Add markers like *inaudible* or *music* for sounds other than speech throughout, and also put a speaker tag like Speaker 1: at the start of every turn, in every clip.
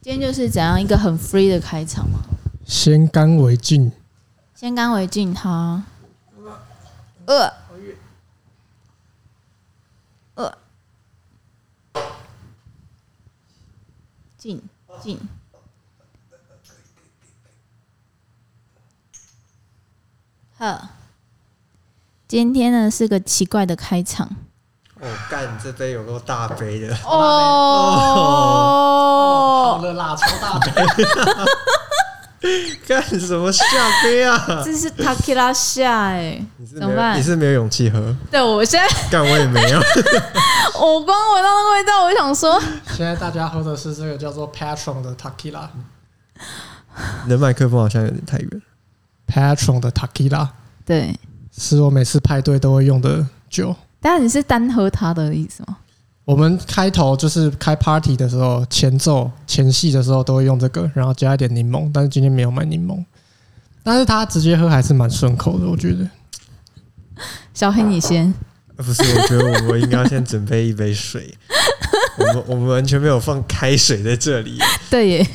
Speaker 1: 今天就是怎样一个很 free 的开场嘛？
Speaker 2: 先干为敬。
Speaker 1: 先干为敬哈。呃，呃，敬敬。呵，今天呢是个奇怪的开场
Speaker 3: 哦，干，这杯有够大杯的，
Speaker 1: 哦。
Speaker 2: 了啦，超大杯。
Speaker 3: *laughs* 干什么下杯
Speaker 1: *laughs*
Speaker 3: 啊？
Speaker 1: 这是 Takira 下哎、
Speaker 3: 你是
Speaker 1: 怎
Speaker 3: 没
Speaker 1: 么
Speaker 3: 有，
Speaker 1: 办
Speaker 3: 你？是没有勇气喝，
Speaker 1: 对我现在
Speaker 3: 干我也没有。 *laughs*
Speaker 1: 我光闻到那个味道，我就想说，
Speaker 2: 现在大家喝的是这个叫做 Patron 的 Takila。
Speaker 3: 你的麦克风好像有点太远。
Speaker 2: Patron 的 Takila
Speaker 1: 对，
Speaker 2: 是我每次派对都会用的酒。
Speaker 1: 但是你是单喝它的意思吗？
Speaker 2: 我们开头就是开 party 的时候，前奏前戏的时候都会用这个，然后加一点柠檬，但是今天没有买柠檬。但是它直接喝还是蛮顺口的，我觉得。
Speaker 1: 小黑，你先，
Speaker 3: 呃不是，我觉得我们应该先准备一杯水。我们我们完全没有放开水在这里。
Speaker 1: 对耶，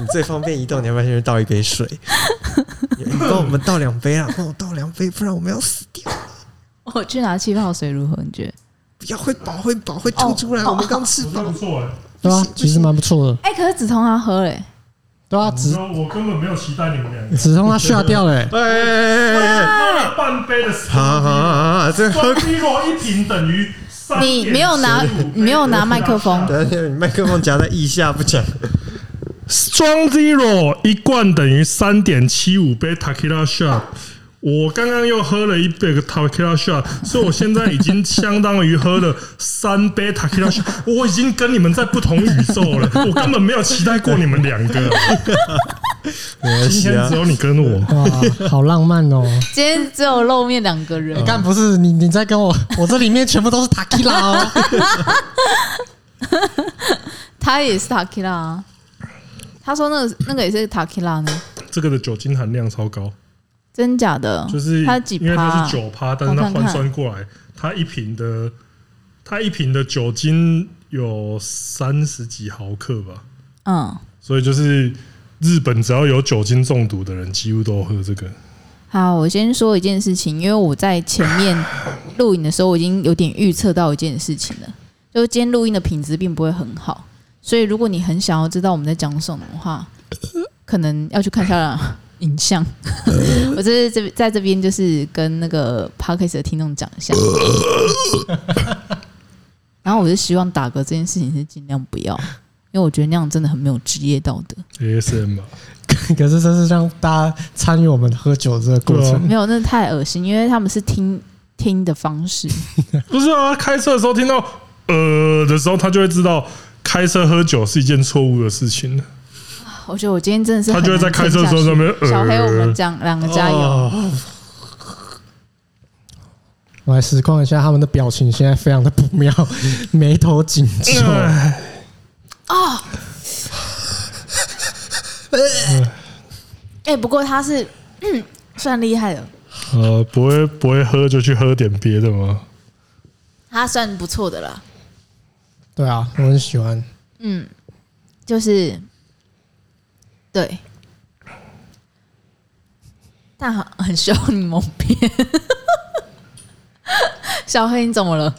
Speaker 3: 你最方便移动，你要不要先去倒一杯水？你你帮我们倒两杯啊！帮我倒两杯，不然我们要死掉！
Speaker 1: 我去拿气泡水如何？你觉得？
Speaker 3: 不要会饱会饱会吐
Speaker 1: 哦
Speaker 3: 出来，我们刚吃
Speaker 4: 那
Speaker 3: 饱
Speaker 4: 不。错哎、
Speaker 2: 对啊
Speaker 3: 不，行
Speaker 2: 其实蛮不错的。
Speaker 1: 哎、可是梓潼他喝嘞，
Speaker 2: 对啊，
Speaker 4: 你
Speaker 2: 只
Speaker 4: 说我根本没有期待你们两个。
Speaker 2: 只让它下掉了、欸。
Speaker 3: 哎哎哎哎哎！ *laughs*
Speaker 4: 妈的半杯的
Speaker 3: 好好好
Speaker 4: 双
Speaker 3: 好好，这个喝 *laughs*
Speaker 4: 低落一瓶等于三点
Speaker 1: 你没有拿
Speaker 4: 75杯
Speaker 1: 你没有拿麦克风
Speaker 3: 等一下，你麦克风夹在腋下不讲。
Speaker 4: Strong Zero 一罐等于三点七五杯 Tequila Shot。我刚刚又喝了一杯 Tequila Shot，所以我现在已经相当于喝了三杯 Tequila Shot。我已经跟你们在不同宇宙了，我根本没有期待过你们两个。
Speaker 3: 没关
Speaker 4: 今
Speaker 3: 系
Speaker 4: 天
Speaker 3: 啊
Speaker 4: 只，有你跟我。
Speaker 2: *laughs* 哇，好浪漫哦！
Speaker 1: 今天只有露面两个人
Speaker 2: *laughs*
Speaker 4: 嗯
Speaker 2: 你，看，不是你，你在跟我，我这里面全部都是 Takila 哦。
Speaker 1: 他也是 Takira，啊他说那个那个也是 Takira 呢，
Speaker 4: 这个的酒精含量超高，
Speaker 1: 真假的？
Speaker 4: 就是
Speaker 1: 他几
Speaker 4: 因为
Speaker 1: 趴
Speaker 4: 它
Speaker 1: 啊？
Speaker 4: 是九趴，但是它换算过来，它一瓶的它一瓶的酒精有三十几毫克吧，
Speaker 1: 嗯，
Speaker 4: 所以就是日本只要有酒精中毒的人，几乎都喝这个。
Speaker 1: 好，我先说一件事情，因为我在前面录影的时候，我已经有点预测到一件事情了，就是今天录音的品质并不会很好，所以如果你很想要知道我们在讲什么的话，可能要去看一下影像。我这是这在这边就是跟那个 p a r k e s 的听众讲一下。然后我就希望打嗝这件事情是尽量不要，因为我觉得那样真的很没有职业道德。
Speaker 4: ASM 吧，
Speaker 2: *laughs* 可是这是让大家参与我们喝酒的这个过程。
Speaker 1: 没有，那太恶心，因为他们是听听的方式。
Speaker 4: 不是啊，开车的时候听到呃的时候，他就会知道开车喝酒是一件错误的事情了。
Speaker 1: 我觉得我今天真的是
Speaker 4: 他就会在开车的时候在
Speaker 1: *laughs*
Speaker 4: 那边
Speaker 1: 很难撑下去小黑，
Speaker 4: 呃
Speaker 1: 我们讲两个加油。
Speaker 3: 哦
Speaker 2: 我来实况一下他们的表情，现在非常的不妙，眉头紧皱。
Speaker 4: 哎
Speaker 1: 哎、不过他是、嗯、算厉害的，
Speaker 4: 呃，不会不会喝就去喝点别的吗？
Speaker 1: 他算不错的啦。
Speaker 2: 对啊，我很喜欢。
Speaker 1: 嗯，就是对，但很很需要你蒙骗。 *laughs* 小黑，你怎么了？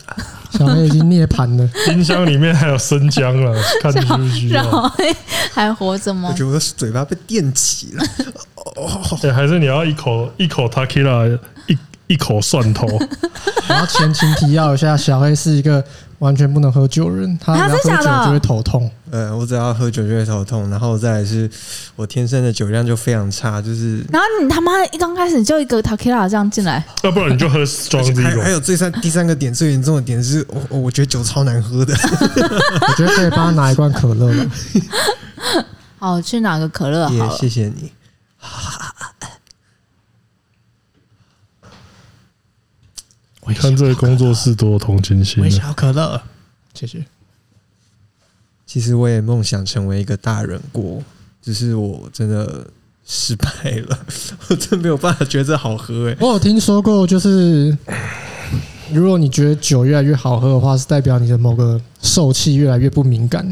Speaker 2: 小黑已经涅槃了，
Speaker 4: 冰箱里面还有生姜
Speaker 1: *laughs*
Speaker 4: 了，看你需不需要。
Speaker 1: 小黑还活着吗
Speaker 3: 我？觉得我的嘴巴被电起了。
Speaker 4: 对，哎还是你要一口一口 Takila，一一口蒜头。
Speaker 2: 然后前情提要一下，小黑是一个完全不能喝酒的人，他
Speaker 1: 啊
Speaker 2: 要喝
Speaker 1: 真
Speaker 2: 酒
Speaker 1: 假的
Speaker 2: 就会头痛。
Speaker 3: 呃，我只要喝酒就会头痛，然后再来是我天生的酒量就非常差，就是
Speaker 1: 然后你他妈一刚开始就一个 Takira 这样进来，
Speaker 4: 要不然你就喝 Strong
Speaker 3: 还还
Speaker 4: Zero。
Speaker 3: 有最三第三个点最严重的点是我我我觉得酒超难喝的，
Speaker 2: 我觉得可以帮他拿一罐可乐了。
Speaker 1: 好，去拿个可乐
Speaker 3: 也
Speaker 1: 好了。
Speaker 3: 谢谢你。
Speaker 4: 你看这个工作室多有同情心
Speaker 2: 我也
Speaker 4: 啊
Speaker 2: 想要可乐，谢谢。
Speaker 3: 其实我也梦想成为一个大人过，只是我真的失败了， *laughs* 我真没有办法觉得这好喝哎、
Speaker 2: 我有听说过，就是如果你觉得酒越来越好喝的话，是代表你的某个受气越来越不敏感。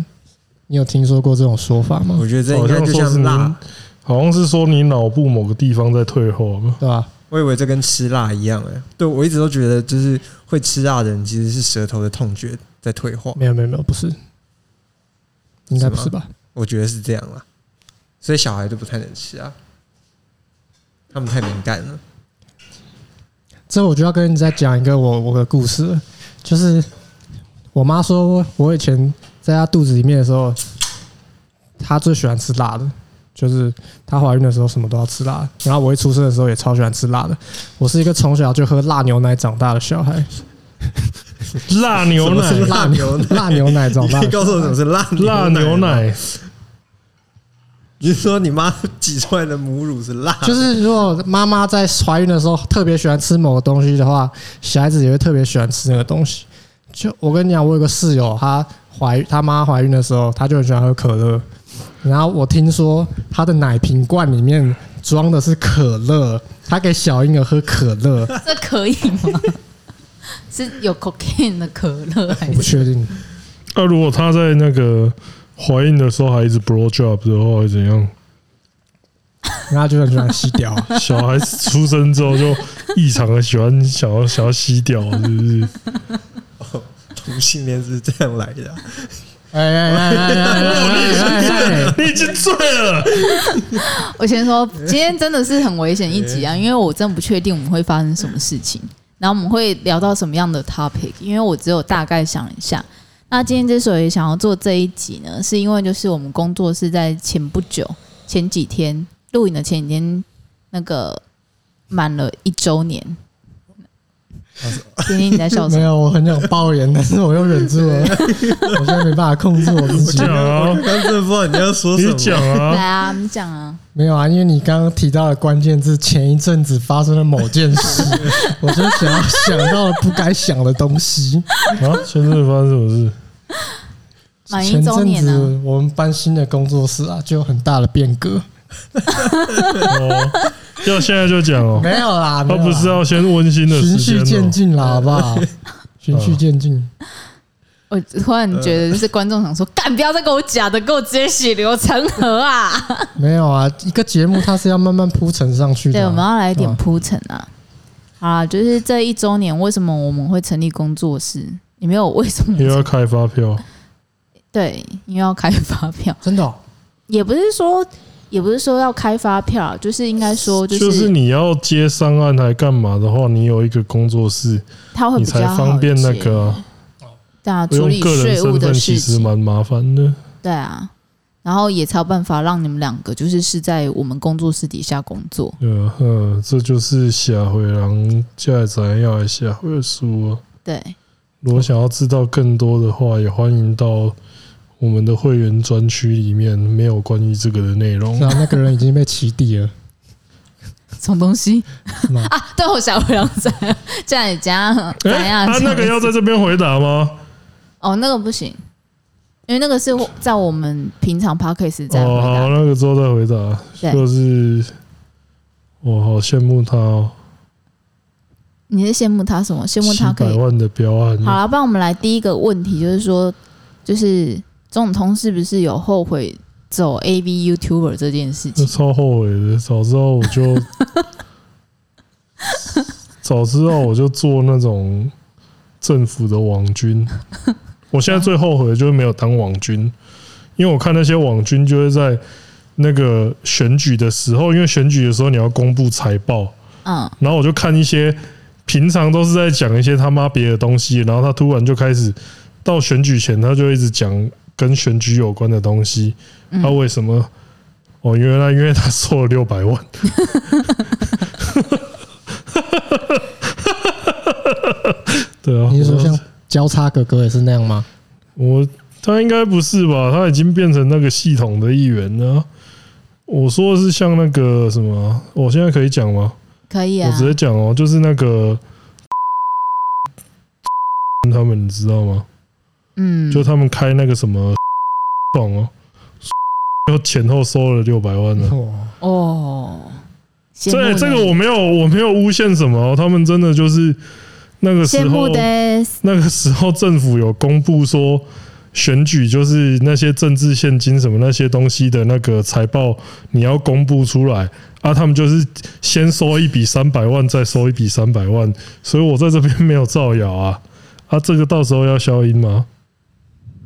Speaker 2: 你有听说过这种说法吗？
Speaker 3: 我觉得这应
Speaker 4: 哦好
Speaker 3: 该
Speaker 4: 像
Speaker 3: 就
Speaker 4: 说是
Speaker 3: 像
Speaker 4: 你
Speaker 3: 辣，，
Speaker 4: 好像是说你脑部某个地方在退化吧？
Speaker 2: 对吧？
Speaker 3: 我以为这跟吃辣一样哎、对我一直都觉得就是会吃辣的人其实是舌头的痛觉在退化，
Speaker 2: 没有没有没有，不是，应该不是吧？
Speaker 3: 我觉得是这样啦。所以小孩就不太能吃啊，他们太敏感了。
Speaker 2: 这我就要跟你再讲一个我我的故事了，就是我妈说我我以前在她肚子里面的时候，她最喜欢吃辣的，就是她怀孕的时候什么都要吃辣的，然后我一出生的时候也超喜欢吃辣的，我是一个从小就喝辣牛奶长大的小孩，
Speaker 4: 辣牛奶
Speaker 3: 什么，是辣
Speaker 1: *laughs*
Speaker 3: 牛奶啊
Speaker 2: 辣牛奶长大
Speaker 3: *laughs* 你
Speaker 2: 的
Speaker 3: 告诉我什么是辣
Speaker 4: 辣牛
Speaker 3: 牛奶吗？
Speaker 4: 奶，
Speaker 3: 你是说你妈挤出来的母乳是辣的？
Speaker 2: 就是如果妈妈在怀孕的时候特别喜欢吃某个东西的话，小孩子也会特别喜欢吃那个东西。就我跟你讲，我有个室友，她怀她妈怀孕的时候，她就很喜欢喝可乐。然后我听说她的奶瓶罐里面装的是可乐，她给小婴儿喝可乐，
Speaker 1: 这可以吗？ *laughs* 是有 cocaine 的可乐还
Speaker 2: 我不
Speaker 1: 是？
Speaker 2: 确定。
Speaker 4: 那、啊如果她在那个怀孕的时候还一直 blow job 的话，会怎样？
Speaker 2: 然后她就很喜欢吸掉。
Speaker 4: 小孩子出生之后就异常的喜欢想要想要吸掉，是不是？
Speaker 3: 同性恋是这样来的啊、
Speaker 2: 哎哎哎哎哎哎哎！
Speaker 4: 你已经醉了，
Speaker 1: 我先说，今天真的是很危险一
Speaker 2: *laughs*
Speaker 1: 集啊，因为我真的不确定我们会发生什么事情，然后我们会聊到什么样的 topic，因为我只有大概想一下。那今天之所以想要做这一集呢，是因为就是我们工作是在前不久前几天录影的前几天，那个满了一周年。
Speaker 2: 啊
Speaker 1: 今天你在笑什
Speaker 2: 没 *laughs*
Speaker 1: 么？
Speaker 2: 有，我很想爆言，但是我又忍住了，我现在没办法控制我自己。
Speaker 4: 讲啊，
Speaker 3: 刚真的不知道你要说什
Speaker 4: 你
Speaker 3: 么。
Speaker 4: 讲啊，
Speaker 1: 来啊，你讲啊。
Speaker 2: 没有啊，因为你刚刚提到的关键字前一阵子发生的某件
Speaker 4: *laughs*
Speaker 2: 事， *laughs* 我就想要想到了不该想的东
Speaker 4: *laughs*
Speaker 2: 西。
Speaker 4: 啊，前阵子发生什么事？
Speaker 1: 满一
Speaker 2: 前
Speaker 1: 周
Speaker 2: 阵
Speaker 4: 啊
Speaker 1: 年啊呢、
Speaker 2: 子我们搬新的工作室啊，就有很大的变革。
Speaker 4: 哦，要现在就讲哦，
Speaker 2: 没有啦，没
Speaker 4: 他
Speaker 2: 有啦
Speaker 4: 不是要先温馨的时
Speaker 2: 循序
Speaker 4: 间
Speaker 2: 渐
Speaker 4: 哦。
Speaker 2: 进啦，好不
Speaker 4: *laughs*
Speaker 2: 好？循序渐进。
Speaker 1: 我突然觉得就是观众想说，干不要再给我假的，给我直接血流成河啊！
Speaker 2: 没有啊，一个节目它是要慢慢铺陈上去的
Speaker 1: *laughs* 对，
Speaker 2: 啊。
Speaker 1: 我们要来一点
Speaker 2: 对吧
Speaker 1: 铺陈啊。啊，就是这一周年，为什么我们会成立工作室？也没有为什么
Speaker 4: 又要开发票，
Speaker 1: 对，因为要开发票，
Speaker 2: 真的哦
Speaker 1: 也不是说也不是说要开发票，就是应该说就
Speaker 4: 就是
Speaker 1: 是
Speaker 4: 你要接上岸还干嘛的话，你有一个工作室，
Speaker 1: 他会
Speaker 4: 你
Speaker 1: 比较
Speaker 4: 才
Speaker 1: 好
Speaker 4: 方便那
Speaker 1: 一些
Speaker 4: 个啊、
Speaker 1: 对啊，
Speaker 4: 不
Speaker 1: 处
Speaker 4: 用
Speaker 1: 理
Speaker 4: 个人
Speaker 1: 税务
Speaker 4: 身
Speaker 1: 的
Speaker 4: 份，
Speaker 1: 事
Speaker 4: 其实
Speaker 1: 情，
Speaker 4: 蛮麻烦的。
Speaker 1: 对啊，然后也才有办法让你们两个就是是在我们工作室底下工作。
Speaker 4: 对啊，嗯，这就是下回人下载要来下回的书、啊。
Speaker 1: 对，
Speaker 4: 如果想要知道更多的话，也欢迎到我们的会员专区里面，没有关于这个的内容
Speaker 2: 是。啊，那个人已经被起底
Speaker 4: *laughs*
Speaker 2: 了。
Speaker 4: 哦
Speaker 1: 什么东西
Speaker 2: 吗
Speaker 1: *laughs* 啊？对，我想回想在在家怎
Speaker 4: 哎，
Speaker 1: 样？
Speaker 4: 他、那个要在这边回答吗？
Speaker 1: *laughs* 哦，那个不行，因为那个是在我们平常 p o d c a s t 在回
Speaker 4: 哦，好，
Speaker 1: 答。
Speaker 4: 那个之后再回答。
Speaker 1: 对
Speaker 4: 就是我好羡慕他哦，
Speaker 1: 你是羡慕他什么？羡慕
Speaker 4: 七
Speaker 1: 他可
Speaker 4: 百
Speaker 1: 以
Speaker 4: 万的标案。
Speaker 1: 好啊了，不然我们来第一个问题，就是说，就是总统是不是有后悔走 A V YouTuber 这件事
Speaker 4: 那
Speaker 1: 情？
Speaker 4: 超后悔的，早知道我
Speaker 1: *laughs*
Speaker 4: 就早知道我就做那种政府的网军。我现在最后悔的就是没有当网军，因为我看那些网军就会在那个选举的时候，因为选举的时候你要公布财报，
Speaker 1: 嗯，
Speaker 4: 然后我就看一些平常都是在讲一些他妈别的东西，然后他突然就开始到选举前，他就一直讲跟选举有关的东西。
Speaker 1: 嗯
Speaker 4: 他、为什么？哦，原来因为他收了六百万， *laughs* 对啊，
Speaker 2: 你是说像交叉哥哥也是那样吗？
Speaker 4: 我他应该不是吧？他已经变成那个系统的一员了。我说的是像那个什么，我现在可以讲吗？
Speaker 1: 可以
Speaker 4: 我
Speaker 1: 啊
Speaker 4: 直。接讲哦，就是那个他们，你知道吗？
Speaker 1: 嗯，
Speaker 4: 就他们开那个什么爽哦，就前后收了六百万呢。
Speaker 2: 哇，
Speaker 1: 哦，羡慕
Speaker 4: 这这个
Speaker 1: 呢
Speaker 4: 我没有我没有诬陷什么哦、他们真的就是那个时
Speaker 1: 羡
Speaker 4: 候
Speaker 1: 慕的
Speaker 4: 那个时候政府有公布说选举，就是那些政治现金什么那些东西的那个财报，你要公布出来啊。他们就是先收一笔三百万，再收一笔三百万，所以我在这边没有造谣啊。啊，这个到时候要消音吗？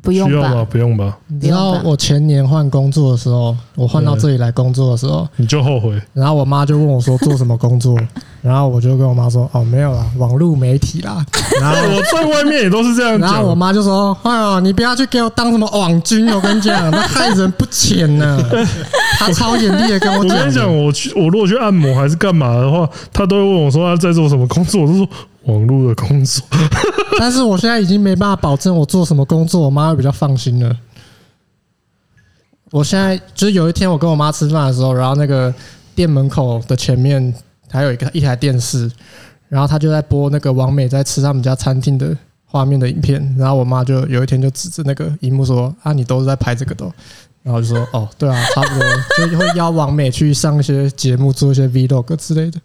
Speaker 1: 不
Speaker 4: 需
Speaker 1: 用
Speaker 4: 要吗？
Speaker 1: 吧？
Speaker 4: 不用吧，
Speaker 2: 你知道我前年换工作的时候，我换到这里来工作的时候，
Speaker 4: 你就后悔。
Speaker 2: 然后我妈就问我说做什么工作，然后我就跟我妈说哦没有啦，网络媒体啦。然后
Speaker 4: 我在外面也都是这样
Speaker 2: 然后我
Speaker 4: 讲。
Speaker 2: 妈就说：“哎呦，你不要去给我当什么网军，我跟你讲，那害人不浅呢。”她超严厉的跟我
Speaker 4: 我
Speaker 2: 讲，
Speaker 4: 跟你讲，我去，我如果去按摩还是干嘛的话，他都会问我说啊他在做什么工作，我都说网络的工作。
Speaker 2: 但是我现在已经没办法保证我做什么工作，我妈会比较放心了。我现在就是有一天我跟我妈吃饭的时候，然后那个店门口的前面还有一个一台电视，然后她就在播那个王美在吃他们家餐厅的画面的影片，然后我妈就有一天就指着那个荧幕说：“啊，你都是在拍这个的哦。”然后我就说：“哦，对啊，差不多，就会邀王美去上一些节目，做一 *laughs* 些 vlog 之类的，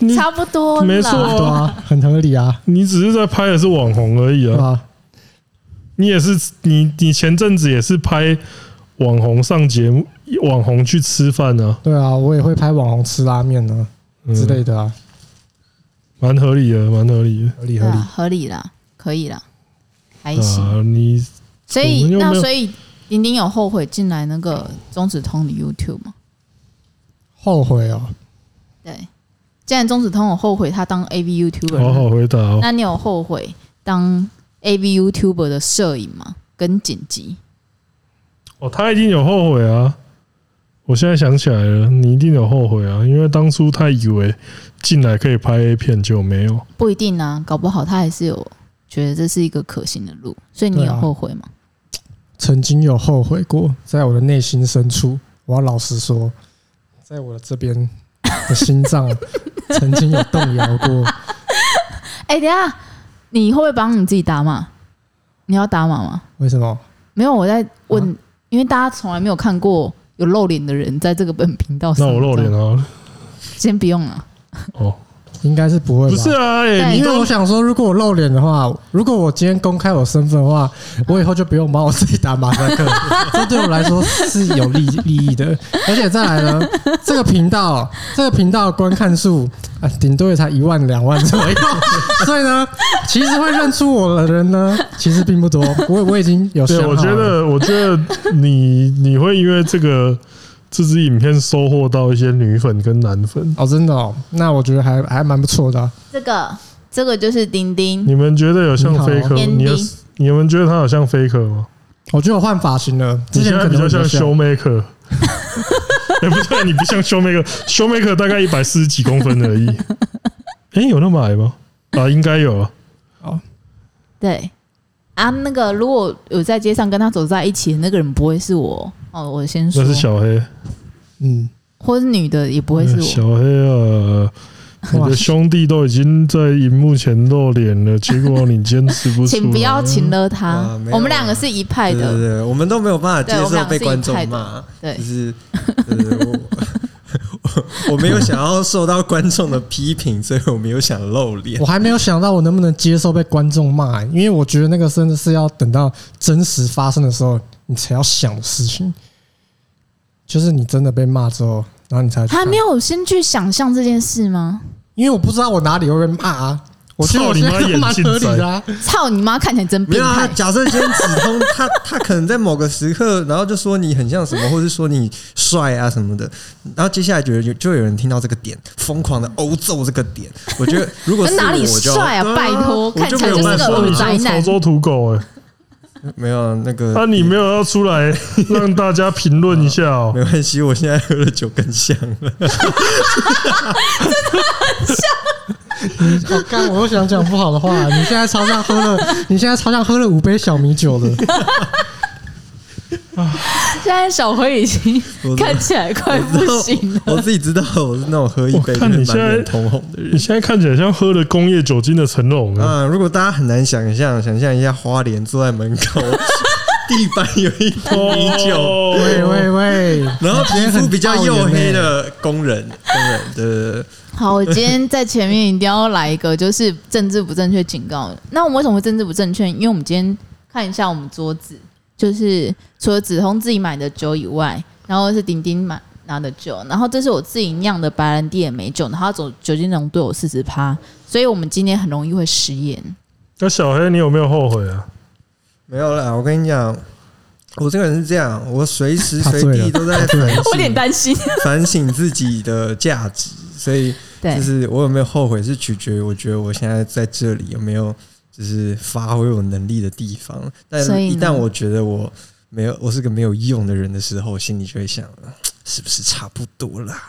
Speaker 4: 你
Speaker 1: 差不多啦
Speaker 4: 没错
Speaker 2: 对啊，很合理啊，
Speaker 4: 你只是在拍的是网红而已
Speaker 2: 对
Speaker 4: 啊，
Speaker 2: 吧？
Speaker 4: 你也是你你前阵子也是拍网红上节目，网红去吃饭啊，
Speaker 2: 对啊，我也会拍网红吃拉面呢、
Speaker 4: 嗯
Speaker 2: 之类的啊，
Speaker 4: 蛮合理的，蛮合理的。
Speaker 2: 合理
Speaker 1: 对
Speaker 2: 合
Speaker 1: 啊
Speaker 2: 理。
Speaker 1: 合理啦，可以啦，还行。
Speaker 4: 啊，你
Speaker 1: 所
Speaker 4: 我
Speaker 1: 以
Speaker 4: 们又
Speaker 1: 那
Speaker 4: 没有
Speaker 1: 所以丁丁有后悔进来那个中子通的 YouTube 吗？
Speaker 2: 后悔哦，
Speaker 1: 对，既然中子通有后悔他当 AV YouTuber，
Speaker 4: 好好回答哦。
Speaker 1: 那你有后悔当 AV YouTuber 的摄影吗？跟剪辑？
Speaker 2: 嗯
Speaker 4: 哦，他一定有后悔啊！我现在想起来了，你一定有后悔啊，因为当初他以为进来可以拍 A 片，就没有。
Speaker 2: 哦
Speaker 1: 不一定啊，搞不好他还是有觉得这是一个可行的路，所以你
Speaker 2: 对
Speaker 1: 有
Speaker 2: 啊
Speaker 1: 后悔吗？
Speaker 2: 曾经有后悔过，在我的内心深处，我要老实说，在我的这边的
Speaker 1: *laughs*
Speaker 2: 心脏曾经有动摇过。
Speaker 1: 哎、等一下你会不会帮你自己打码？你要打码吗？
Speaker 2: 为什么？
Speaker 1: 没有，我在问，因为大家从来没有看过有露脸的人在这个本频道上。
Speaker 4: 那我露脸
Speaker 1: 了，
Speaker 4: 啊？
Speaker 1: 先不用了。
Speaker 4: 哦，
Speaker 2: 应该是不会吧？
Speaker 4: 不是啊，哎、
Speaker 1: 对
Speaker 4: 你
Speaker 2: 因为
Speaker 4: 都
Speaker 2: 我想说，如果我露脸的话，如果我今天公开我身份的话，我以后就不用帮我自己打马赛克， *laughs* 这对我来说是有利利益的。而且再来呢，这个频道这个频道的观看数啊，顶多也才一万两万左右， *laughs* 所以呢，其实会认出我的人呢，其实并不多。我我已经有想
Speaker 4: 对，
Speaker 2: 好哦
Speaker 4: 我觉
Speaker 2: 了 *laughs*
Speaker 4: 得，我觉得你你会因为这个这支影片收获到一些女粉跟男粉。
Speaker 2: 哦，真的哦，那我觉得还还蛮不错的啊、
Speaker 1: 这个，这个就是丁丁，
Speaker 4: 你们觉得有像
Speaker 2: 你好
Speaker 1: 嗯
Speaker 4: faker？
Speaker 1: Andy
Speaker 4: 你有你们觉得他有像 faker 吗？
Speaker 2: 我觉得我换发型了，之
Speaker 4: 你
Speaker 2: 前
Speaker 4: 现
Speaker 2: 可
Speaker 4: 在
Speaker 2: 能
Speaker 4: 比较
Speaker 2: 会
Speaker 4: 像
Speaker 2: 像 *laughs*
Speaker 4: showmaker。也不对，你不像 showmaker。showmaker 大概一百四十几公分
Speaker 2: *laughs*
Speaker 4: 而已。哎、有那么矮吗？啊，应该有啊。
Speaker 1: 对啊，那个如果有在街上跟他走在一起的那个人，不会是我哦。我先说
Speaker 4: 那，是小黑，嗯
Speaker 2: 嗯，
Speaker 1: 或是女的也不会是我。
Speaker 4: 小黑啊。你
Speaker 2: 哇
Speaker 4: 的兄弟都已经在荧幕前露脸了，结果你坚持不住。
Speaker 1: 请不要请了他，
Speaker 3: 啊没有啊
Speaker 1: 我们两个是一派
Speaker 3: 对对
Speaker 1: 的。
Speaker 3: 对，我们都没有办法接
Speaker 1: 对我们
Speaker 3: 受
Speaker 1: 俩
Speaker 3: 被
Speaker 1: 是一
Speaker 3: 观众
Speaker 1: 派的
Speaker 3: 骂，
Speaker 1: 对
Speaker 3: 就是对对对，我我我 *laughs* 没有想要受到观众的批评，所以我没有想露脸
Speaker 2: 我。还没有想到我能不能接受被观众骂、因为我觉得那个真的是要等到真实发生的时候，你才要想的事情。就是你真的被骂之后，然后你才去
Speaker 1: 他
Speaker 2: 看
Speaker 1: 没，有先去想象这件事吗？
Speaker 2: 因为我不知道我哪里会被骂啊。我觉得我
Speaker 4: 操你妈
Speaker 2: 现在都蛮合理的、啊，
Speaker 1: 操你妈！看起来真
Speaker 3: 没
Speaker 1: 变
Speaker 3: 有啊，
Speaker 1: 态。
Speaker 3: 假设今天子通他他可能在某个时刻，然后就说你很像什么，或者说你帅啊什么的，然后接下来就有就有人听到这个点，疯狂的殴揍这个点。我觉得如果是
Speaker 1: 哪里
Speaker 3: 我我就
Speaker 1: 帅啊？
Speaker 3: 对
Speaker 1: 拜托，
Speaker 3: 我
Speaker 1: 看起
Speaker 3: 没
Speaker 1: 来
Speaker 3: 有
Speaker 1: 就是
Speaker 4: 我
Speaker 3: 办法
Speaker 1: 个
Speaker 4: 说
Speaker 1: 恶
Speaker 4: 你
Speaker 1: 宅
Speaker 4: 像潮
Speaker 1: 男。
Speaker 4: 州土狗哎、
Speaker 3: 没有那个
Speaker 4: 那、你没有要出来让大家评论一下哦、
Speaker 3: 没关系，我现在喝了酒更 *laughs* 香了。
Speaker 2: 我刚哦我又想讲不好的话、你现在超像喝了， *laughs* 你现在超像喝了五杯小米酒
Speaker 4: *laughs*
Speaker 2: 的，
Speaker 1: 现在小辉已经
Speaker 3: 我
Speaker 1: 看起来快不行了。
Speaker 3: 我自己知道，我是那种喝一杯
Speaker 4: 我
Speaker 3: 就
Speaker 4: 看
Speaker 3: 会
Speaker 4: 你
Speaker 3: 满
Speaker 4: 现在
Speaker 3: 脸通红的人
Speaker 4: 你。现在看起来像喝了工业酒精的成龙啊。 *laughs*
Speaker 3: 啊！如果大家很难想象，想象一下花莲坐在门口，地板有一瓶米酒，
Speaker 4: 哦
Speaker 2: 喂喂喂，
Speaker 3: 然后皮肤比较黝黑
Speaker 2: 今天很爆
Speaker 3: 的工人，工人对
Speaker 1: 好，我今天在前面一定要来一个，就是政治不正确警告。那我们为什么会政治不正确？因为我们今天看一下我们桌子，就是除了子通自己买的酒以外，然后是丁丁买拿的酒，然后这是我自己酿的白兰地的美酒，然后它总酒精浓度有四十趴，所以我们今天很容易会食
Speaker 3: *laughs*
Speaker 1: 言。
Speaker 4: 那小黑，你有没有后悔啊？
Speaker 3: 没有啦。我跟你讲，我这个人是这样，我随时
Speaker 2: 他
Speaker 3: 随
Speaker 2: 醉
Speaker 3: 地
Speaker 2: 了
Speaker 3: 都在
Speaker 2: 他醉了
Speaker 3: 反
Speaker 1: 我有点
Speaker 3: 省
Speaker 1: 担心，
Speaker 3: 反省自己的价值，所以
Speaker 1: 对
Speaker 3: 就，是我有没有后悔，是取决于我觉得我现在在这里有没有就是发挥我能力的地方。但
Speaker 1: 所以
Speaker 3: 一
Speaker 1: 呢
Speaker 3: 旦我觉得我没有，我是个没有用的人的时候，我心里就会想，是不是差不多啦？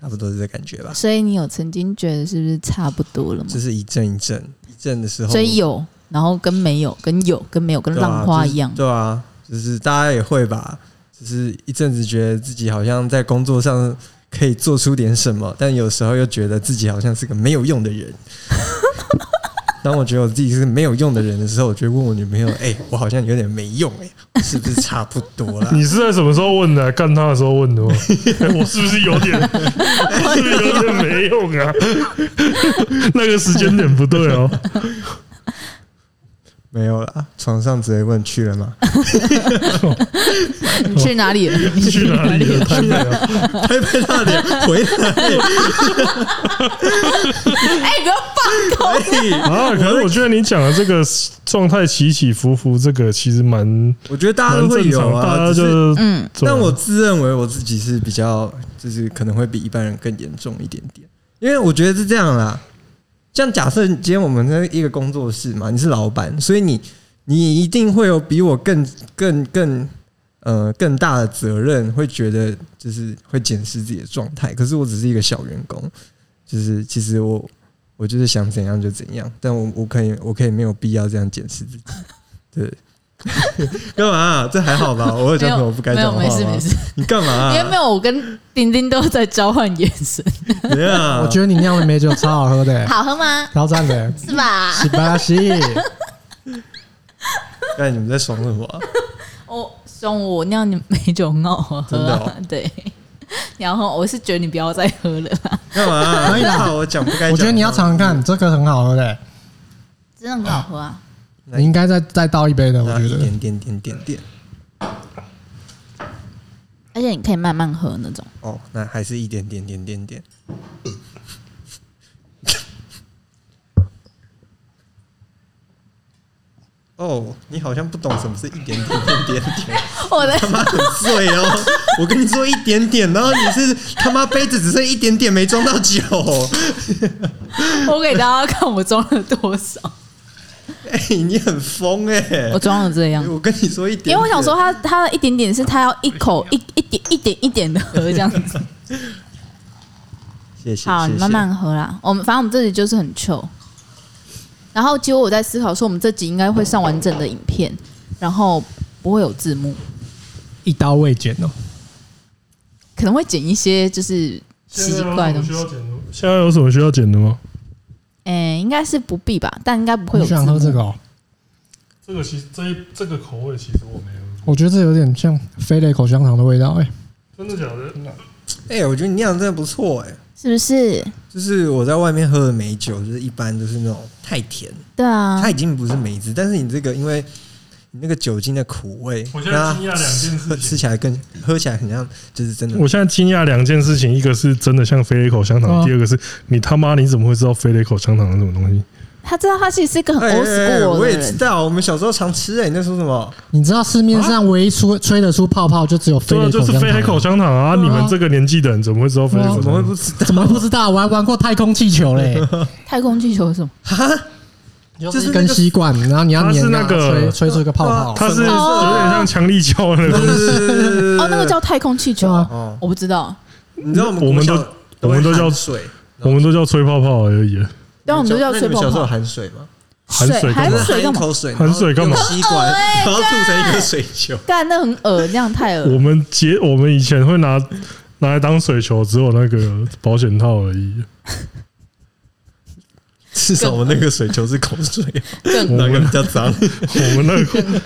Speaker 3: 差不多是这感觉吧。
Speaker 1: 所以你有曾经觉得是不是差不多了吗
Speaker 3: 就？是一阵一阵一阵的时候，
Speaker 1: 所以有，然后跟没有，跟有跟没有，跟
Speaker 3: 对啊
Speaker 1: 浪花一样
Speaker 3: 就。是对啊，就是大家也会吧，就是一阵子觉得自己好像在工作上可以做出点什么，但有时候又觉得自己好像是个没有用的人。 *laughs* 当我觉得我自己是没有用的人的时候，我就会问我女朋友：“哎、我好像有点没用、哎，是不是差不多啦
Speaker 4: 你是在什么时候问的啊、干他的时候问的
Speaker 3: *laughs*
Speaker 4: 吗？哎我是不是有点，是不是有点没用啊？ *laughs* 那个时间点不对哦。？” *laughs*
Speaker 3: 没有啦，床上直接问去了吗？啊
Speaker 1: 你 *laughs* 去哪
Speaker 3: *laughs*
Speaker 1: 里了？你
Speaker 4: 你去哪里了？台北啊？
Speaker 3: 拍拍他的脸，回来。
Speaker 1: 哎、
Speaker 3: *laughs*
Speaker 1: 不要放空。
Speaker 4: *laughs* 啊可是我觉得你讲的这个状态起起伏伏，这个其实蛮
Speaker 3: 我觉得大家都
Speaker 4: 蛮
Speaker 3: 会
Speaker 4: 正
Speaker 3: 有
Speaker 4: 常，大
Speaker 3: 啊，
Speaker 4: 家
Speaker 3: 只是
Speaker 4: 就是
Speaker 1: 嗯，
Speaker 4: 对啊
Speaker 3: 但我自认为我自己是比较，就是可能会比一般人更严重一点点，因为我觉得是这样啦。像假设今天我们在一个工作室嘛，你是老板，所以你你一定会有比我更更更呃更大的责任，会觉得就是会检视自己的状态。可是我只是一个小员工，就是其实我我就是想怎样就怎样，但我我可以我可以没有必要这样检视自己。对， *laughs* 干嘛啊、这还好吧？我有
Speaker 1: 没
Speaker 3: 讲什么
Speaker 1: 有
Speaker 3: 不该
Speaker 1: 没
Speaker 3: 讲
Speaker 1: 有，
Speaker 3: 的话吗？
Speaker 1: 没事没事，
Speaker 3: 你干嘛、啊
Speaker 1: 因为没有我跟丁丁都在交换眼神，
Speaker 3: 怎样？
Speaker 2: 我觉得你酿的美酒超好喝的，
Speaker 1: *laughs*
Speaker 2: 欸
Speaker 1: 好喝吗？
Speaker 2: 超赞
Speaker 4: *laughs*
Speaker 2: 的，
Speaker 1: 是吧？
Speaker 2: 喜巴西，
Speaker 4: 哎
Speaker 3: 得，哎，你们在爽什么啊、
Speaker 1: 我哦送我酿你美酒很好喝、
Speaker 3: *laughs* 真的哦
Speaker 1: 啊， *laughs* 对。然后我是觉得你不要再喝了啦，
Speaker 3: 干嘛、啊？可以啦，我讲不该讲的。
Speaker 2: 我觉得你要尝尝
Speaker 4: 嗯
Speaker 2: 看，这个很好喝的，
Speaker 1: 真的很好喝啊！
Speaker 2: 你应该再再倒一杯啊的，我
Speaker 3: 那
Speaker 2: 觉
Speaker 3: 啊一
Speaker 2: 得。
Speaker 3: 点点点点点。
Speaker 1: 而且你可以慢慢喝那种。
Speaker 3: 哦，那还是一点点点点 *coughs* 点。哦，你好像不懂什么是一点点点点点，
Speaker 1: *laughs* 我的
Speaker 3: 他妈很醉哦！我跟你说一点点，然后你是他妈杯子只剩一点点没装到酒，
Speaker 1: 我给大家看我装了多少，
Speaker 3: 哎、你很疯哎、
Speaker 1: *laughs* 我装了
Speaker 3: *laughs*
Speaker 1: 这样，
Speaker 3: 我跟你说一
Speaker 1: 因
Speaker 3: 点
Speaker 1: 为我想说
Speaker 3: 点
Speaker 1: 他他的一点点是他要一口一一点一点一点的喝这样子。
Speaker 3: 谢谢，
Speaker 1: 好，你
Speaker 3: 谢谢
Speaker 1: 慢慢喝啦。我们反正我们这里就是很糗。然后，结果我在思考说，我们这集应该会上完整的影片，然后不会有字幕，
Speaker 2: 一刀未剪哦，
Speaker 1: 可能会剪一些就是奇怪
Speaker 3: 啊
Speaker 1: 的东西。
Speaker 4: 现在有什么需要剪的吗？
Speaker 1: 哎，应该是不必吧，但应该不会有
Speaker 2: 你
Speaker 1: 字
Speaker 2: 想喝
Speaker 1: 幕。
Speaker 2: 这个哦？
Speaker 4: 这个其实这一这个口味其实我没有，
Speaker 2: 我觉得这有点像飞雷口香糖的味道，哎，
Speaker 4: 真的假的？
Speaker 3: 哎、我觉得你酿的真的不错哎、
Speaker 1: 是不是？
Speaker 3: 就是我在外面喝的美酒，就是一般就是那种太甜，
Speaker 1: 对啊
Speaker 3: 它，已经不是梅子，但是你这个因为你那个酒精的苦味，
Speaker 4: 我
Speaker 3: 让
Speaker 4: 现
Speaker 3: 它
Speaker 4: 在惊讶两件
Speaker 3: 喝
Speaker 4: 事
Speaker 3: 吃
Speaker 4: 情。
Speaker 3: 起来更喝起来很像，就是真的
Speaker 4: 我现在惊讶两件事情，一个是真的像飞雷口香糖，
Speaker 2: 哦
Speaker 4: 第二个是你他妈你怎么会知道飞雷口香糖是什么东西？
Speaker 1: 他知道他其实是一个很
Speaker 3: 哎哎
Speaker 1: old
Speaker 3: 哎
Speaker 1: school
Speaker 3: 我
Speaker 1: 的
Speaker 3: 也知
Speaker 1: 人。
Speaker 3: 道，我们小时候常吃哎、你在说什么？
Speaker 2: 你知道市面上唯一出吹得出泡泡就只有飞
Speaker 4: 啊对啊，
Speaker 2: 雷
Speaker 4: 就
Speaker 2: 口
Speaker 4: 是
Speaker 2: 香
Speaker 4: 飞雷口
Speaker 2: 糖，
Speaker 4: 香糖啊！
Speaker 2: 对啊
Speaker 4: 你们这个年纪的人怎么会知道飞雷口
Speaker 3: 怎
Speaker 4: 香
Speaker 3: 么会
Speaker 4: 糖
Speaker 3: 不？ *laughs* 知道？
Speaker 2: 怎么不知道？我还玩过太空气球
Speaker 4: *laughs*
Speaker 2: 嘞，
Speaker 1: 太空气球是什么？
Speaker 2: 就是一根吸管，然后你要
Speaker 4: 它是
Speaker 2: 粘
Speaker 4: 那
Speaker 2: 它
Speaker 4: 个啊
Speaker 2: 吹吹出一个泡泡，
Speaker 4: 它是有点
Speaker 1: 哦
Speaker 4: 像强力胶的那
Speaker 3: 对
Speaker 4: 种。
Speaker 3: 对对对对对
Speaker 1: 哦，那个叫太空气球
Speaker 2: 对啊
Speaker 3: 哦，
Speaker 1: 我不知道。
Speaker 3: 你知道我们
Speaker 4: 我们
Speaker 3: 国小
Speaker 4: 都我们都
Speaker 3: 会
Speaker 4: 叫
Speaker 3: 含水，
Speaker 4: *laughs* 我们都叫吹泡泡而已。
Speaker 1: 啊但我们都叫
Speaker 3: 那
Speaker 1: 吹
Speaker 3: 你们
Speaker 1: 泡
Speaker 3: 小时候有
Speaker 1: 泡。
Speaker 3: 含水吗？
Speaker 4: 含水干
Speaker 1: 含
Speaker 4: 嘛？
Speaker 1: 水
Speaker 3: 含一
Speaker 1: 干嘛？
Speaker 3: 口水，
Speaker 4: 含水干嘛
Speaker 3: 然后用吸
Speaker 1: *laughs*
Speaker 3: 管，然后吐成一个水球。
Speaker 1: 干，那很恶，那样太恶。
Speaker 4: 我们结我们以前会拿拿来当水球，只有那个保险套而已。
Speaker 3: 至少我们那个水球是口水，
Speaker 1: 更
Speaker 3: 哪个比较脏？
Speaker 4: 我们那个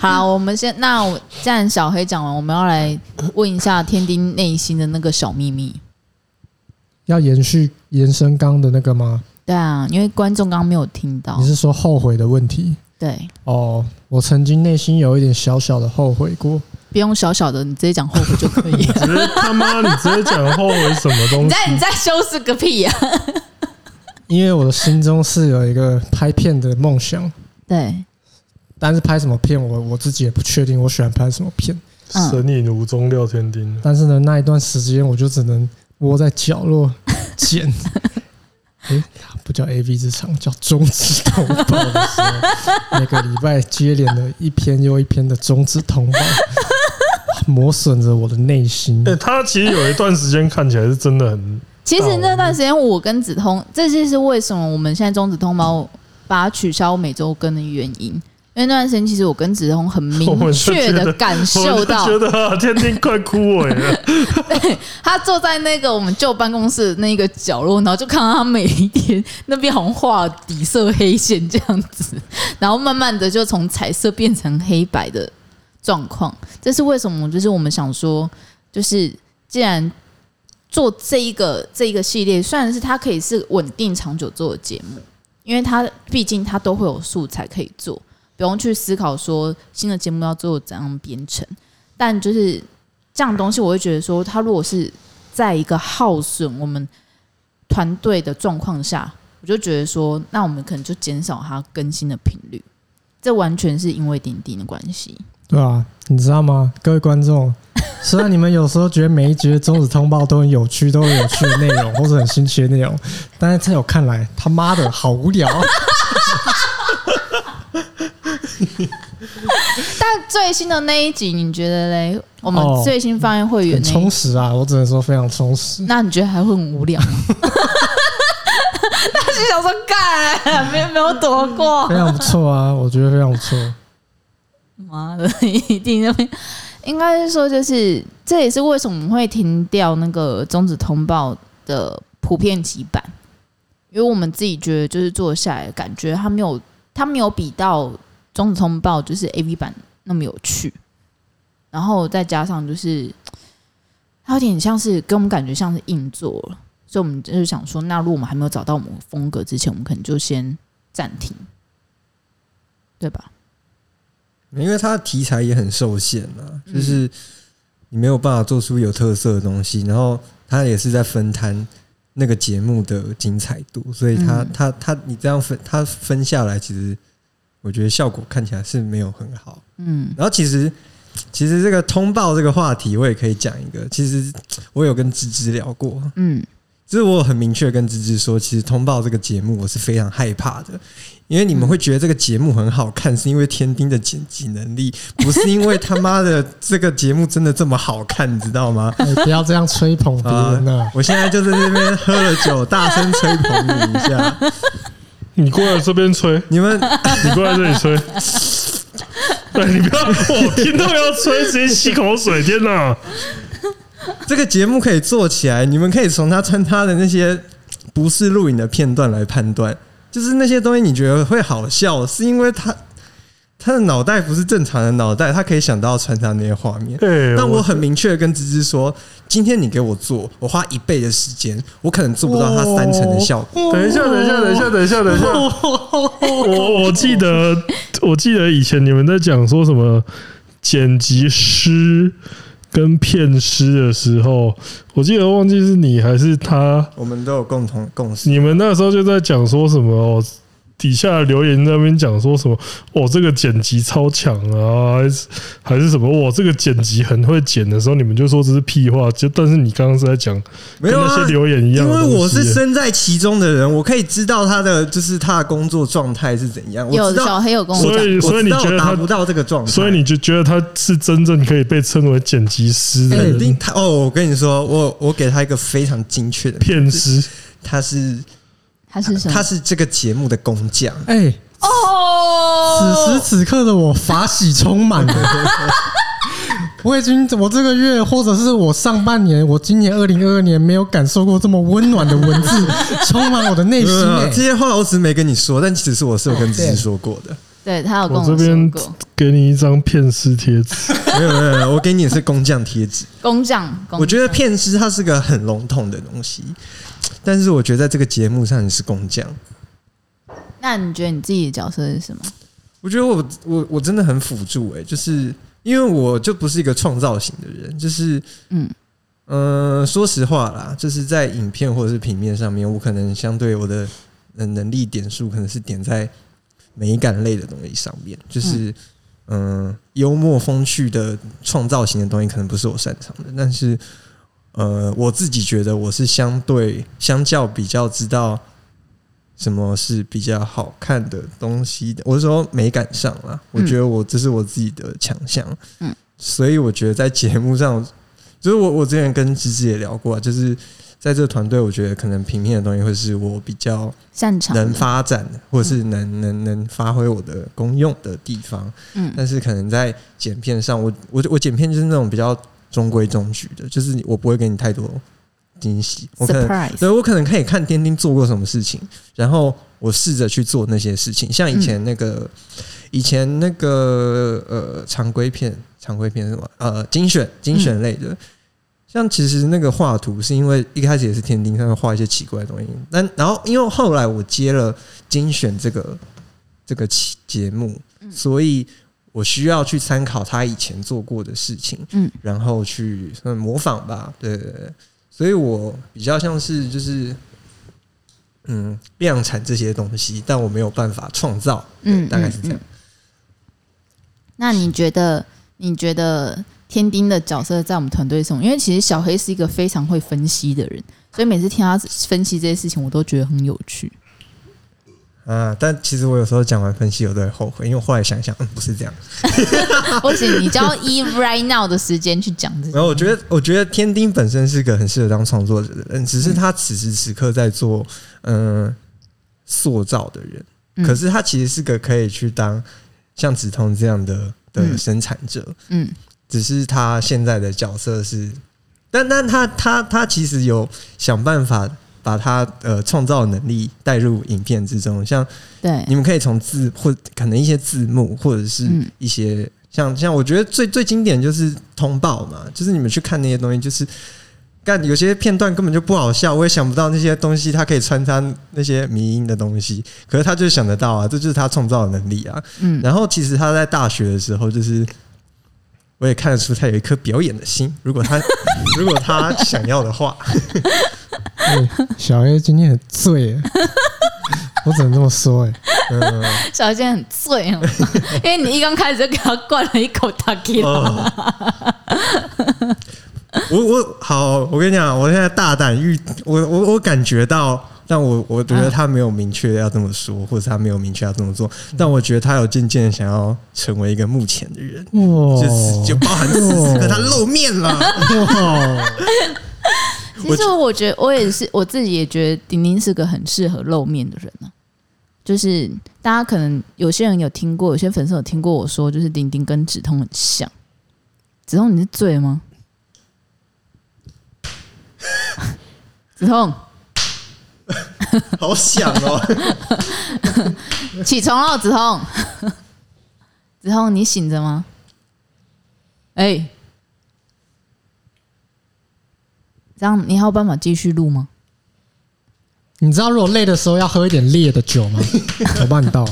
Speaker 1: 好啦，我们先那我既然小黑讲完，我们要来问一下天丁内心的那个小秘密。
Speaker 2: 要延续延伸刚的那个吗？
Speaker 1: 对啊，因为观众刚刚没有听到
Speaker 2: 你。是说后悔的问题？
Speaker 1: 对，
Speaker 2: 哦，我曾经内心有一点小小的后悔过。
Speaker 1: 不用小小的，你直接讲后悔就可以。
Speaker 4: *laughs* 直接他妈，你直接讲后悔什么东
Speaker 1: 你
Speaker 4: 西？
Speaker 1: 在你在修饰个屁啊呀、
Speaker 2: 因为我的心中是有一个拍片的梦想，
Speaker 1: 对，
Speaker 2: 但是拍什么片我我自己也不确定，我喜欢拍什么片。
Speaker 1: 嗯
Speaker 4: 神隐无踪廖天丁，
Speaker 2: 但是呢，那一段时间我就只能窝在角落剪。诶、不叫 A V 之长，叫中指同胞的时候，每个礼拜接连的一篇又一篇的中指同胞， *laughs* 磨损着我的内心。
Speaker 4: 哎，他其实有一段时间看起来是真的很
Speaker 1: 其实那段时间我跟子通，这就是为什么我们现在中子通猫把它取消每周更的原因。因为那段时间其实我跟子通很
Speaker 4: 我
Speaker 1: 明
Speaker 4: 们就
Speaker 1: 确
Speaker 4: 觉
Speaker 1: 的
Speaker 4: 得
Speaker 1: 感
Speaker 4: *laughs* 我
Speaker 1: 受
Speaker 4: 就
Speaker 1: 到，
Speaker 4: 觉得啊天天快枯萎了。
Speaker 1: 他坐在那个我们旧办公室的那个角落，然后就看到他每一天那边好像画了底色黑线这样子，然后慢慢的就从彩色变成黑白的状况。这是为什么？就是我们想说，就是既然做这一个这一个系列，虽然是它可以是稳定长久做的节目，因为它毕竟它都会有素材可以做，不用去思考说新的节目要做怎样编程，但就是这样东西，我会觉得说，它如果是在一个耗损我们团队的状况下，我就觉得说，那我们可能就减少它更新的频率。这完全是因为钉钉的关系。
Speaker 2: 对啊，你知道吗，各位观众？虽然你们有时候觉得每一节中指通报都很有趣，都有有趣的内容，或者很新奇的内容，但是在我看来，他妈的好无聊。
Speaker 1: 但最新的那一集，你觉得嘞？我们
Speaker 2: 哦
Speaker 1: 最新方案会员
Speaker 2: 很
Speaker 1: 那一集
Speaker 2: 充实啊，我只能说非常充实。
Speaker 1: 那你觉得还会很无聊吗？ *laughs* 那是想说干，没有没有躲过
Speaker 2: 非，常不错啊，我觉得非常不错。
Speaker 1: 妈的， *laughs* 一定那边应该是说，就是这也是为什么我们会停掉那个终止通报的普遍级版，因为我们自己觉得就是做下来感觉它没有它没有比到终止通报就是 A V 版那么有趣，然后再加上就是它有点像是给我们感觉像是硬做了，所以我们就是想说，那如果我们还没有找到我们的风格之前，我们可能就先暂停，对吧？
Speaker 3: 因为它题材也很受限啊，就是你没有办法做出有特色的东西，然后它也是在分摊那个节目的精彩度，所以它
Speaker 1: 嗯
Speaker 3: 它它你这样分它分下来，其实我觉得效果看起来是没有很好。
Speaker 1: 嗯
Speaker 3: 然后其实其实这个通报这个话题，我也可以讲一个，其实我有跟芝芝聊过，
Speaker 1: 嗯。
Speaker 3: 就是我很明确跟芝芝说，其实通报这个节目我是非常害怕的，因为你们会觉得这个节目很好看，是因为天丁的剪辑能力，不是因为他妈的这个节目真的这么好看，你知道吗？
Speaker 2: 哎不要这样吹捧别
Speaker 3: 啊
Speaker 2: 人啊！
Speaker 3: 我现在就在这边喝了酒，大声吹捧你一下，
Speaker 4: *laughs* 你过来这边吹，
Speaker 3: 你们
Speaker 4: 你过来这里吹。 *laughs* 对，你不要，我听到要吹，直接吸口水。天哪！
Speaker 3: 这个节目可以做起来，你们可以从他穿插的那些不是录影的片段来判断，就是那些东西你觉得会好笑，是因为他他的脑袋不是正常的脑袋，他可以想到穿插那些画面。
Speaker 4: 哎，
Speaker 3: 但我很明确的跟芝芝说，今天你给我做，我花一倍的时间，我可能做不到它三成的效果。
Speaker 4: 等一下，等一下，等一下，等一下，
Speaker 1: *laughs*
Speaker 4: 等一下。我我记得，我记得以前你们在讲说什么剪辑师跟片师的时候，我记得忘记是你还是他，
Speaker 3: 我们都有共同共识，
Speaker 4: 你们那时候就在讲说什么哦。底下留言在那边讲说什么？哦，这个剪辑超强啊，还是还是什么？我、这个剪辑很会剪的时候，你们就说这是屁话。就但是你刚刚是在讲
Speaker 3: 没有
Speaker 4: 跟那
Speaker 3: 啊
Speaker 4: 些？留言一样
Speaker 3: 因
Speaker 4: 的东
Speaker 3: 为
Speaker 4: 西，
Speaker 3: 我是身在其中的人，我可以知道他的就是他的工作状态是怎样。我
Speaker 1: 有
Speaker 3: 知道
Speaker 1: 小，黑有跟我
Speaker 4: 所
Speaker 1: 讲，
Speaker 4: 以
Speaker 3: 我
Speaker 4: 所以
Speaker 3: 知
Speaker 4: 你
Speaker 3: 道
Speaker 4: 觉
Speaker 3: 我
Speaker 4: 得
Speaker 3: 达
Speaker 4: 他
Speaker 3: 不到这个状态，
Speaker 4: *laughs* 所以你就觉得他是真正可以被称为剪辑师
Speaker 1: 嗯
Speaker 4: 的
Speaker 3: 肯定
Speaker 4: 人
Speaker 3: 他哦，我跟你说，我我给他一个非常精确的，
Speaker 4: 骗师，
Speaker 3: 他是
Speaker 1: 他是什么？
Speaker 3: 他是这个节目的工匠。
Speaker 2: 哎，
Speaker 1: 哦，
Speaker 2: 此时此刻的我法喜充满了。 *laughs* 我已经我这个月或者是我上半年，我今年二零二二年没有感受过这么温暖的文字充满我的内心、
Speaker 3: 呃这
Speaker 2: 欸。
Speaker 3: 些话我只是没跟你说，但其实我是有跟芝芝说过的。
Speaker 1: 对他有跟
Speaker 4: 我这
Speaker 1: 我说
Speaker 4: 边
Speaker 1: 过，
Speaker 4: 给你一张骗师贴 *laughs* 纸，
Speaker 3: 没有没有没有，我给你的是工匠贴纸。
Speaker 1: *laughs* 工匠，工
Speaker 3: 我觉得
Speaker 1: 匠
Speaker 3: 骗师它是个很笼统的东西，但是我觉得在这个节目上你是工匠。
Speaker 1: 那你觉得你自己的角色是什么？
Speaker 3: 我觉得我我我真的很辅助哎、就是因为我就不是一个创造型的人，就是
Speaker 1: 嗯，
Speaker 3: 嗯、呃说实话啦，就是在影片或者是平面上面，我可能相对我的呃能力点数可能是点在美感类的东西上面，就是嗯、呃幽默风趣的创造型的东西可能不是我擅长的，但是呃我自己觉得我是相对相较比较知道。什么是比较好看的东西的？我是说美感上啦，我觉得我这是我自己的强项。
Speaker 1: 嗯
Speaker 3: 嗯，所以我觉得在节目上，就是我我之前跟芝芝也聊过、啊，就是在这个团队，我觉得可能平面的东西会是我比较
Speaker 1: 擅长的
Speaker 3: 能发展的，或者是能能能发挥我的功用的地方。
Speaker 1: 嗯
Speaker 3: 但是可能在剪片上，我我我剪片就是那种比较中规中矩的，就是我不会给你太多惊喜，我可能对
Speaker 1: ，surprise，
Speaker 3: 我可能可以看丁丁做过什么事情，然后我试着去做那些事情。像以前那个，以前那个呃，常规片，常规片是什么？呃，精选精选类的。像其实那个画图是因为一开始也是天丁，他们画一些奇怪的东西。但然后因为后来我接了精选这个这个期节目，所以我需要去参考他以前做过的事情，
Speaker 1: 嗯
Speaker 3: 然后去嗯模仿吧，对对对。所以我比较像是就是嗯量产这些东西，但我没有办法创造，
Speaker 1: 嗯
Speaker 3: 嗯，大概是这样。
Speaker 1: 那你觉得？你觉得天丁的角色在我们团队中，因为其实小黑是一个非常会分析的人，所以每次听他分析这些事情，我都觉得很有
Speaker 3: *laughs*
Speaker 1: 趣。
Speaker 3: 啊，但其实我有时候讲完分析，我都会后悔，因为我后来想一想，嗯，不是这样。
Speaker 1: 不行，你就要依 right now 的时间去讲这
Speaker 3: 然
Speaker 1: 些。
Speaker 3: 后我觉得，我觉得天丁本身是个很适合当创作者的人，只是他此时此刻在做嗯、呃塑造的人，
Speaker 1: 嗯
Speaker 3: 可是他其实是个可以去当像止痛这样的的
Speaker 1: 嗯
Speaker 3: 生产者，
Speaker 1: 嗯
Speaker 3: 只是他现在的角色是，但但他他他其实有想办法把他呃创造能力带入影片之中，像
Speaker 1: 对，
Speaker 3: 你们可以从字或可能一些字幕或者是
Speaker 1: 嗯
Speaker 3: 一些、像像我觉得最最经典就是通报嘛，就是你们去看那些东西，就是干有些片段根本就不好笑，我也想不到那些东西它可以穿插那些迷因的东西，可是他就想得到啊，这就是他创造的能力啊。
Speaker 1: 嗯
Speaker 3: 然后其实他在大学的时候，就是我也看得出他有一颗表演的心。如果他 *laughs* 如果他想要的话，
Speaker 2: 小 A 今天很醉、欸，我只能这么说、欸。
Speaker 3: 嗯，
Speaker 1: 小黑现在很醉哦， *laughs* 因为你一刚开始就给他灌了一口 t a k i
Speaker 3: 哦 *laughs* 我我好，我跟你讲，我现在大胆预，我我我感觉到，但我我觉得他没有明确要这么说，或者他没有明确要这么做，但我觉得他有渐渐想要成为一个目前的人，
Speaker 2: 哇，
Speaker 3: 就是就包含此时刻他露面了，
Speaker 2: 哇，
Speaker 1: 其实我觉得我也是，我自己也觉得丁丁是个很适合露面的人呢、就是大家可能有些人有听过，有些粉丝有听过我说，就是丁丁跟止痛很像。止痛，你是醉吗？止痛，
Speaker 3: 好想哦，
Speaker 1: 起床了，止痛。止痛，你醒着吗？哎、这样你还有办法继续录吗？
Speaker 2: 你知道如果累的时候要喝一点烈的酒吗？我帮你倒。
Speaker 1: *laughs*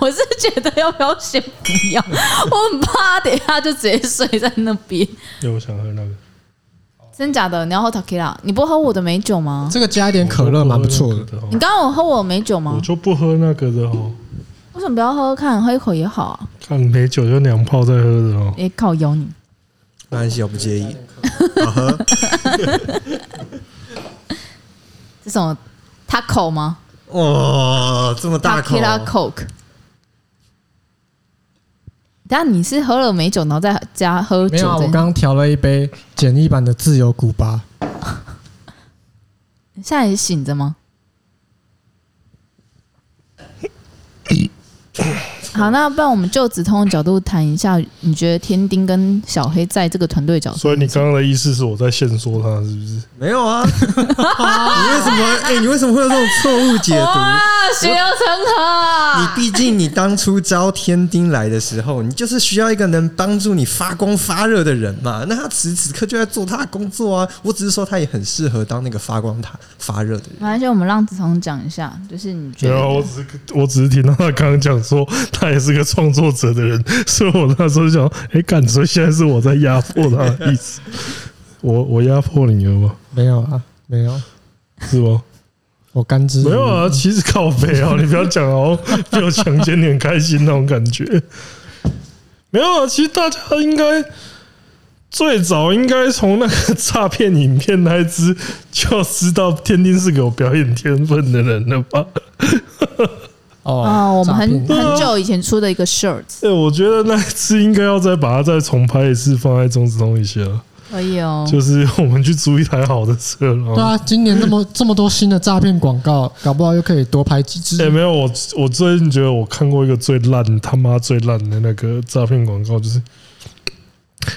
Speaker 1: 我是觉得要不要先不要，我很怕等一下就直接睡在那边。 *laughs*
Speaker 4: 对，哎我想喝那个。
Speaker 1: 真假的？你要喝 t a k i l a 你不喝我的美酒吗？
Speaker 2: 这个加一点可乐蛮不错的。
Speaker 4: 的
Speaker 1: 你刚刚有喝我的美酒吗
Speaker 4: 我？就不喝那个的哦，
Speaker 1: 为什么不要喝喝看？喝一口也好啊。
Speaker 4: 看美酒就两泡再喝的哦。
Speaker 1: 哎、靠咬你！
Speaker 3: 没关系，我不介意，好喝。
Speaker 1: 这什么 taco 吗
Speaker 3: 哇、这么
Speaker 1: t a
Speaker 3: 大
Speaker 1: k
Speaker 3: 口
Speaker 1: i l，a Coke。但你是喝了美酒，然后再加喝
Speaker 2: 没
Speaker 1: 酒
Speaker 2: 有、啊，
Speaker 1: 的？
Speaker 2: 我刚刚调了一杯简易版的自由古巴。
Speaker 1: 你现在也醒
Speaker 4: *coughs*
Speaker 1: 着吗？好，那不然我们就只从角度谈一下，你觉得天丁跟小黑在这个团队角色？
Speaker 4: 所以你刚刚的意思是我在限缩他，是不是？
Speaker 3: 没有啊，你 *laughs* 为什么？哎、你为什么会有这种错误解读？
Speaker 1: 哇，学有成何？
Speaker 3: 你毕竟你当初招天丁来的时候，你就是需要一个能帮助你发光发热的人嘛。那他此时此刻就在做他的工作啊。我只是说他也很适合当那个发光他发热的人。
Speaker 1: 没关系，我们让子彤讲一下，就是你觉
Speaker 4: 然后我
Speaker 1: 得
Speaker 4: 只是我只是听到他刚刚讲说他也是个创作者的人，所以我那时候就想，哎、干，所以现在是我在压迫他的意思， *laughs* 我我压迫你了吗？
Speaker 2: 没有啊，没有，
Speaker 4: 是吗？
Speaker 2: 我甘之。
Speaker 4: 没有啊，其实靠背啊，你不要讲哦， *laughs* 被我强奸你很开心那种感觉。没有啊，其实大家应该最早应该从那个诈骗影片那一只就知道天丁是个有表演天分的人了吧？
Speaker 1: 啊、我们很
Speaker 2: 哦诈骗
Speaker 1: 很久以前出的一个 shirts
Speaker 4: *laughs* 对，我觉得那一次应该要再把它再重拍一次，放在中子通一下。
Speaker 1: 可以哦。
Speaker 4: 就是我们去租一台好的车，然
Speaker 2: 对
Speaker 4: 后。
Speaker 2: 啊，今年
Speaker 1: *laughs*
Speaker 2: 那么这么多新的诈骗广告，搞不好又可以多拍几支
Speaker 4: *laughs* 哎、。没有，我我最近觉得我看过一个最烂他妈最烂的那个诈骗广告，就是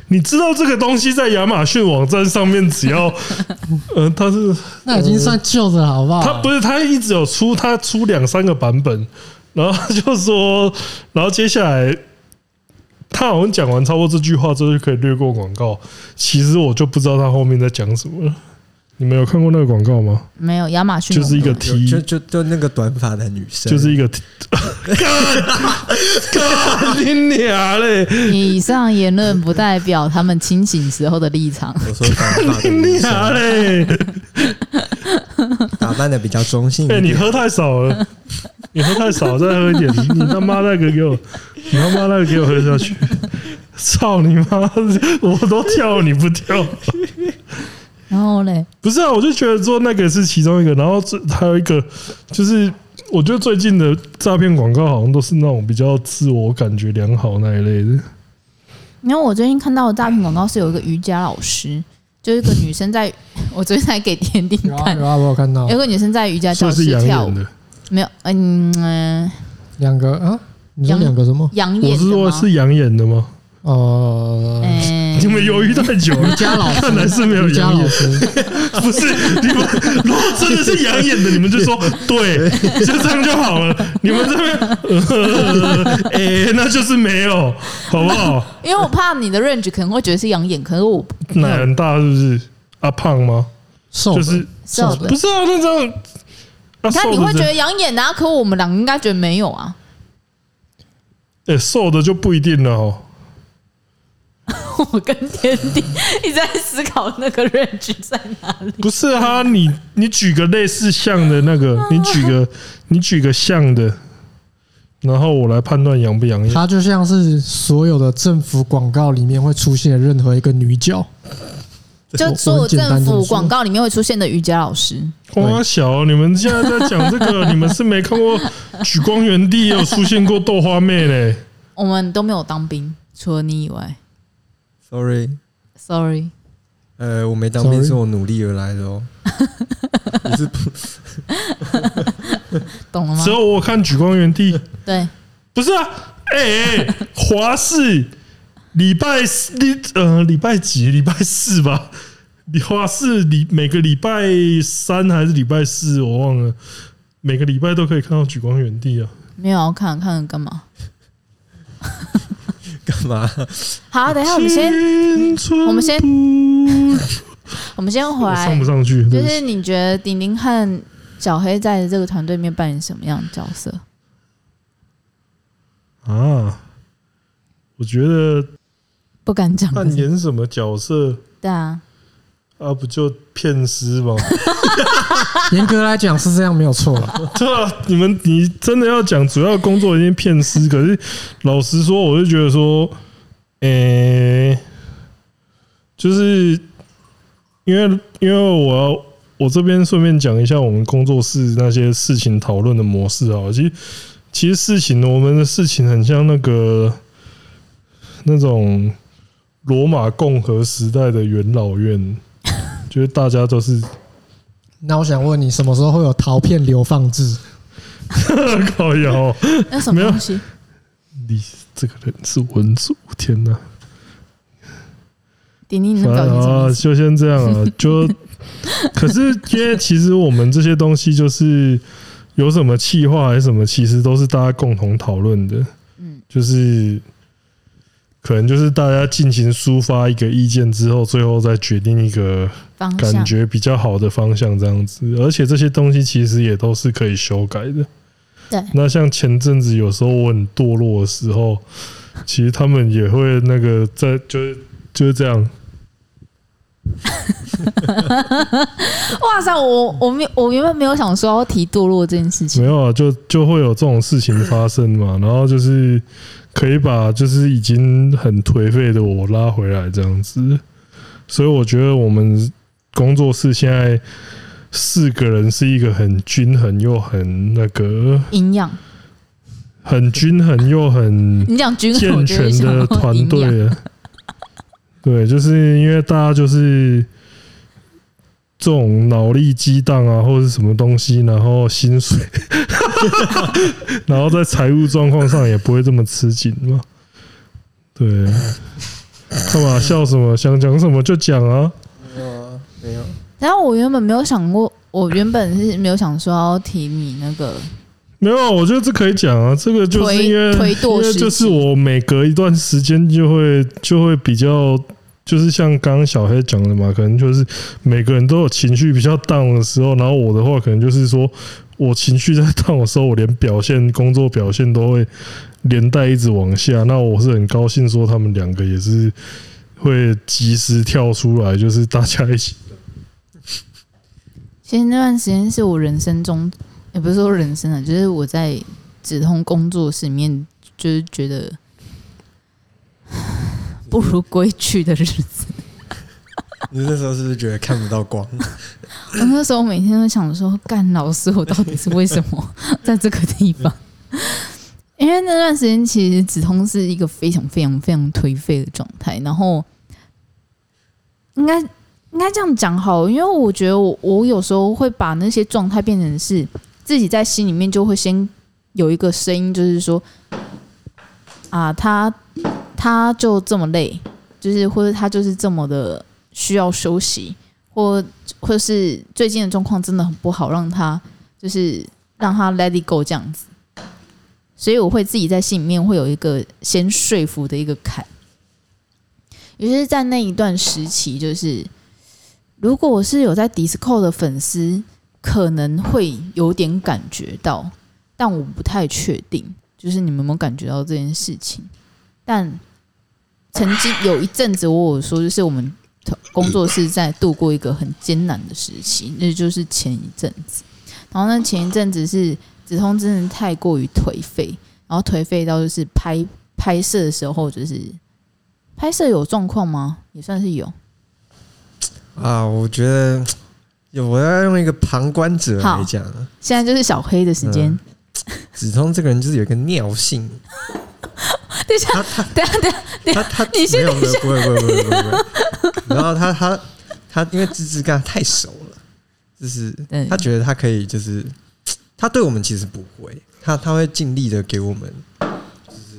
Speaker 4: 你知道这个东西在亚马逊网站上面，
Speaker 2: *laughs*
Speaker 4: 只要呃，它是
Speaker 2: 那已经算旧的了，好不
Speaker 1: 啊
Speaker 2: 好？
Speaker 4: 它不是它一直有出，它出两三个版本，然后它就说， *laughs* 然后接下来他好像讲完差不多这句话之后就可以略过广告，其实我就不知道他后面在讲什么了。你们有看过那个广告吗？
Speaker 1: 没嗯有亚马逊
Speaker 4: *laughs* 就是一个
Speaker 1: 网
Speaker 4: 提
Speaker 3: 就就就那个短发的女生，
Speaker 4: 就是一个， *laughs* 干干你娘嘞！ *laughs*
Speaker 1: 站以上言论不代表他们清醒时候的立场。
Speaker 3: 我说短发的
Speaker 4: 干你
Speaker 3: 女
Speaker 4: 娘
Speaker 3: 生，
Speaker 4: 嘞！
Speaker 3: 打扮的比较中性一
Speaker 4: *laughs* 哎、
Speaker 1: 嗯
Speaker 3: 点。
Speaker 4: 你喝太
Speaker 1: *laughs*
Speaker 4: 少了，你喝太少，再喝一点。你他妈那个给我，你他妈那个给我喝下去！操你妈！我都跳你不跳？
Speaker 1: 然后嘞，
Speaker 4: 不是啊，我就觉得说那个是其中一个，然后最还有一个就是，我觉得最近的诈骗广告好像都是那种比较自我感觉良好那一类的。
Speaker 1: 因为我最近看到的诈骗广告是有一个瑜伽老师，就是一个女生在， *laughs* 我昨天才给田丁
Speaker 2: 有啊
Speaker 1: 看
Speaker 2: 有，啊，我有看到
Speaker 1: 有个女生在瑜伽
Speaker 4: 所
Speaker 1: 教
Speaker 4: 以
Speaker 1: 室
Speaker 4: 是养
Speaker 1: 跳舞
Speaker 4: 眼，的，
Speaker 1: 没有，嗯，呃
Speaker 2: 两个啊，你说
Speaker 1: 杨
Speaker 2: 两个什么？
Speaker 1: 养
Speaker 4: 我
Speaker 1: 眼
Speaker 4: 是
Speaker 1: 的
Speaker 4: 说
Speaker 1: 吗？
Speaker 4: 是养眼的吗？
Speaker 1: *laughs*
Speaker 2: 哦，
Speaker 1: 哎
Speaker 4: 你们犹豫太久了
Speaker 2: 瑜，伽老师，
Speaker 4: *laughs* 看来是没有
Speaker 2: 瑜伽
Speaker 4: 养
Speaker 2: 老
Speaker 4: 眼，
Speaker 2: 师，
Speaker 4: *laughs* 不是你们如果真的是养眼的，你
Speaker 1: *laughs*
Speaker 4: 们就说对，就这样就好了。你们这边，呃 *laughs* 哎、那就是没有，好
Speaker 1: *laughs*
Speaker 4: 不好？
Speaker 1: 因为我怕你的 range 可能会觉得是养眼，可是我
Speaker 4: 奶很大是不是？啊，胖吗？
Speaker 2: 瘦
Speaker 4: 就
Speaker 2: 的
Speaker 4: 是
Speaker 1: 瘦
Speaker 2: 瘦
Speaker 1: 的
Speaker 4: 不，是啊？那这样，啊，
Speaker 1: 你看
Speaker 4: 瘦
Speaker 1: 你
Speaker 4: 的
Speaker 1: 会觉
Speaker 4: 真
Speaker 1: 得养眼啊，可我们两个应该觉得没有啊。 *laughs*
Speaker 4: 哎、瘦的就不一定了哦。
Speaker 1: 我跟天地一直在思考那个 range 在哪里。
Speaker 4: 不是啊，你你举个类似像的那个，你举个你举个像的，然后我来判断养不养眼。
Speaker 2: 它就像是所有的政府广告里面会出现的任何一个女
Speaker 1: *laughs*
Speaker 2: 角，
Speaker 1: 就所有政府广告里面会出现的瑜伽老师，
Speaker 4: 花小，你们现在在讲这个，你们是没看过《举光原地》也有出现过豆花
Speaker 1: *laughs*
Speaker 4: 妹嘞？
Speaker 1: 我们都没有当兵，除了你以外。
Speaker 3: Sorry，
Speaker 1: Sorry，
Speaker 3: 呃，我没当兵
Speaker 2: Sorry
Speaker 3: 是我努力而来的哦。 *laughs* 你是
Speaker 1: 懂了吗
Speaker 4: 只？有我看《举光原地》，
Speaker 1: 对，
Speaker 4: 不是啊？哎、哎，华视礼拜四，礼呃礼拜几？礼拜四吧。华视礼每个礼拜三还是礼拜四，我忘了。每个礼拜都可以看到《举光原地》啊。
Speaker 1: 没有要看看了干嘛？
Speaker 3: 干嘛？
Speaker 1: 好，等一下我们 *laughs* 先嗯
Speaker 4: 青春
Speaker 1: 我们先
Speaker 4: 不
Speaker 1: 我们先回
Speaker 4: 我
Speaker 1: 来
Speaker 4: 上不，上去？
Speaker 1: 就
Speaker 4: 对不起
Speaker 1: 是你觉得顶顶和小黑在这个团队里面扮演什么样的角色？
Speaker 4: 啊，我觉得
Speaker 1: 不敢讲。
Speaker 4: 扮演什么角色
Speaker 1: 对啊，
Speaker 4: 啊？不就骗师吗？
Speaker 2: 严格来讲是这样没有错啦。
Speaker 4: *laughs* 对啊，你们你真的要讲主要工作一定骗师，可是老实说，我就觉得说，诶、就是因为因为我要我这边顺便讲一下我们工作室那些事情讨论的模式啊，其实其实事情我们的事情很像那个那种罗马共和时代的元老院， *laughs* 就是大家都是
Speaker 2: 那我想问你，什么时候会有陶片流放制？
Speaker 4: 靠腰。哦
Speaker 1: 那什么
Speaker 4: 没有 *laughs*
Speaker 1: 东西？
Speaker 4: 你这个人是文主，天哪！
Speaker 1: 点点，你的表
Speaker 4: 反
Speaker 1: 情
Speaker 4: 正
Speaker 1: 是什么
Speaker 4: 啊，
Speaker 1: 意思？
Speaker 4: 就先这样啊。
Speaker 1: *laughs*
Speaker 4: 就可是因为其实我们这些东西就是有什么气话还是什么，其实都是大家共同讨论的。
Speaker 1: 嗯，
Speaker 4: 就是可能就是大家进行抒发一个意见之后，最后再决定一个
Speaker 1: 方
Speaker 4: 感
Speaker 1: 向。
Speaker 4: 觉比较好的方向这样子。而且这些东西其实也都是可以修改的。
Speaker 1: 对
Speaker 4: 那像前阵子有时候我很堕落的时候，其实他们也会那个在就是就是这样。
Speaker 1: 哇塞，我我没我原本没有想说要提堕落这件事情
Speaker 4: 没。有啊，就就会有这种事情发生嘛。然后就是可以把就是已经很颓废的我拉回来这样子。所以我觉得我们工作室现在四个人是一个很均衡又很那个
Speaker 1: 营养，
Speaker 4: 很均衡又很
Speaker 1: 你讲均衡，
Speaker 4: 健
Speaker 1: 我就
Speaker 4: 全
Speaker 1: 是想
Speaker 4: 的
Speaker 1: 到
Speaker 4: 团
Speaker 1: 营养。
Speaker 4: 队啊。 *laughs* 对，就是因为大家就是这种脑力激荡啊，或者是什么东西，然后薪水， *laughs* 然后在财务状况上也不会这么吃紧嘛。对，干嘛笑什么？想讲什么就讲啊。
Speaker 3: 没有啊，没有。
Speaker 1: 然后我原本没有想过，我原本是没有想说要提你那个
Speaker 4: 没有啊，我觉得这可以讲啊。这个就是
Speaker 1: 推
Speaker 4: 因为
Speaker 1: 推
Speaker 4: 因
Speaker 1: 堕
Speaker 4: 为
Speaker 1: 时
Speaker 4: 就是
Speaker 1: 期
Speaker 4: 我每隔一段时间就会就会比较，就是像刚刚小黑讲的嘛，可能就是每个人都有情绪比较 down 的时候，然后我的话可能就是说我情绪在 down 的时候，我连表现、工作表现都会连带一直往下。那我是很高兴说他们两个也是会及时跳出来，就是大家一 *laughs* 起
Speaker 1: 其实那段时间是我人生中，也不是说人生啊，就是我在止痛工作室里面，就是觉得 *sighs* 不如归去的日子。
Speaker 3: 你那时候是不是觉得看不到光？
Speaker 1: 我那时候每天都想说，干老师，我到底是为什么在这个地方？因为那段时间其实止痛是一个非常非常非常颓废的状态，然后应该应该这样讲好，因为我觉得我我有时候会把那些状态变成是自己在心里面就会先有一个声音，就是说啊，他他就这么累，就是或者他就是这么的需要休息，或或是最近的状况真的很不好，让他就是让他 let it go 这样子。所以我会自己在心里面会有一个先说服的一个坎。也就是在那一段时期，就是如果我是有在 Discord 的粉丝，可能会有点感觉到，但我不太确定，就是你们有没有感觉到这件事情？但曾经有一阵子，我有说，就是我们工作室在度过一个很艰难的时期，那就是前一阵子。然后呢，前一阵子是止痛真的太过于颓废，然后颓废到就是拍拍摄的时候，就是拍摄有状况吗？也算是有。
Speaker 3: 啊，我觉得有，我要用一个旁观者来讲，啊
Speaker 1: 现在就是小黑的时间。
Speaker 3: 子通这个人就是有一个尿性，
Speaker 1: *laughs* 等一下，
Speaker 3: 他他
Speaker 1: 等一下，等一下，
Speaker 3: 他他
Speaker 1: 你先
Speaker 3: 没有没有不会不会不会不会不会， *laughs* 然后他他他因为芝芝跟他太熟了，就是
Speaker 1: 对
Speaker 3: 他觉得他可以就是他对我们其实不会，他他会尽力的给我们就是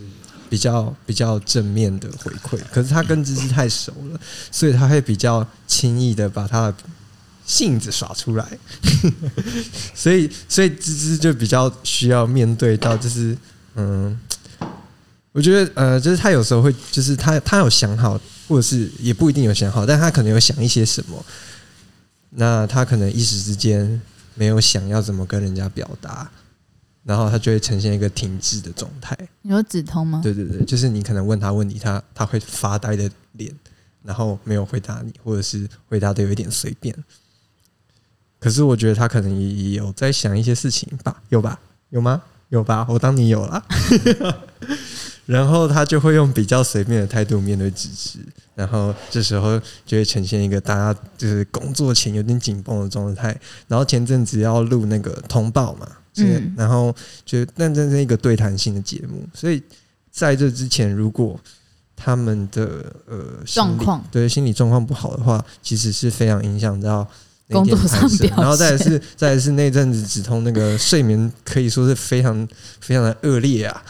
Speaker 3: 比较比较正面的回馈，可是他跟芝芝太熟了，所以他会比较轻易的把他的性子耍出来，所以所以芝芝就比较需要面对到就是嗯。我觉得呃，就是他有时候会，就是他他有想好，或者是也不一定有想好，但他可能有想一些什么，那他可能一时之间没有想要怎么跟人家表达，然后他就会呈现一个停滞的状态。
Speaker 1: 你说止痛吗？
Speaker 3: 对对对，就是你可能问他问题，他他会发呆的脸，然后没有回答你，或者是回答的有一点随便。可是我觉得他可能也也有在想一些事情吧，有吧？有吗？有吧？我当你有啦。 *laughs* 然后他就会用比较随便的态度面对支持，然后这时候就会呈现一个大家就是工作前有点紧绷的状态。然后前阵子要录那个通报嘛，嗯
Speaker 1: 嗯，
Speaker 3: 然后就但这是一个对谈性的节目，所以在这之前，如果他们的呃心
Speaker 1: 状
Speaker 3: 理
Speaker 1: 况
Speaker 3: 对心理状况不好的话，其实是非常影响到那一
Speaker 1: 工
Speaker 3: 天
Speaker 1: 作上
Speaker 3: 产生
Speaker 1: 表现
Speaker 3: 然后再来是再来是那阵子止痛那个睡眠可以说是非常非常的恶劣啊，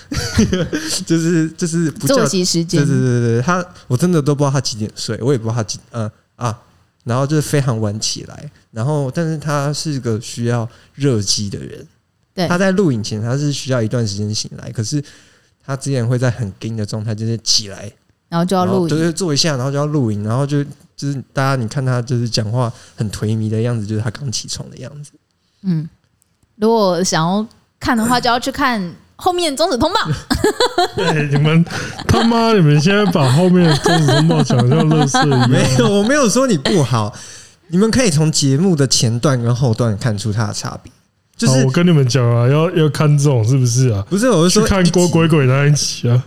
Speaker 3: *laughs* 就是就是不
Speaker 1: 作
Speaker 3: 叫
Speaker 1: 息时
Speaker 3: 对
Speaker 1: 间
Speaker 3: 对对对，他我真的都不知道他几点睡，我也不知道他几呃啊，然后就是非常晚起来，然后但是他是个需要热机的人，
Speaker 1: 对
Speaker 3: 他在录影前他是需要一段时间醒来，可是他之前会在很盯的状态，就是起来，
Speaker 1: 然后就要
Speaker 3: 然后
Speaker 1: 录
Speaker 3: 就是
Speaker 1: 影，
Speaker 3: 做一下，然后就要录影，然后就就是大家你看他就是讲话很颓靡的样子，就是他刚起床的样子，
Speaker 1: 嗯，如果想要看的话，就要去看后面终止通报。
Speaker 4: 哎，你们他妈，你们现在把后面的中子通报讲得像乐色一样，
Speaker 3: 没有，我没有说你不好，你们可以从节目的前段跟后段看出他的差别，就
Speaker 4: 好
Speaker 3: 是
Speaker 4: 我。跟你们讲啊，要要看这种是不是啊？
Speaker 3: 不是，我是
Speaker 4: 去
Speaker 3: 说
Speaker 4: 看
Speaker 3: 一集
Speaker 4: 郭鬼鬼那一集
Speaker 3: *laughs*
Speaker 4: 啊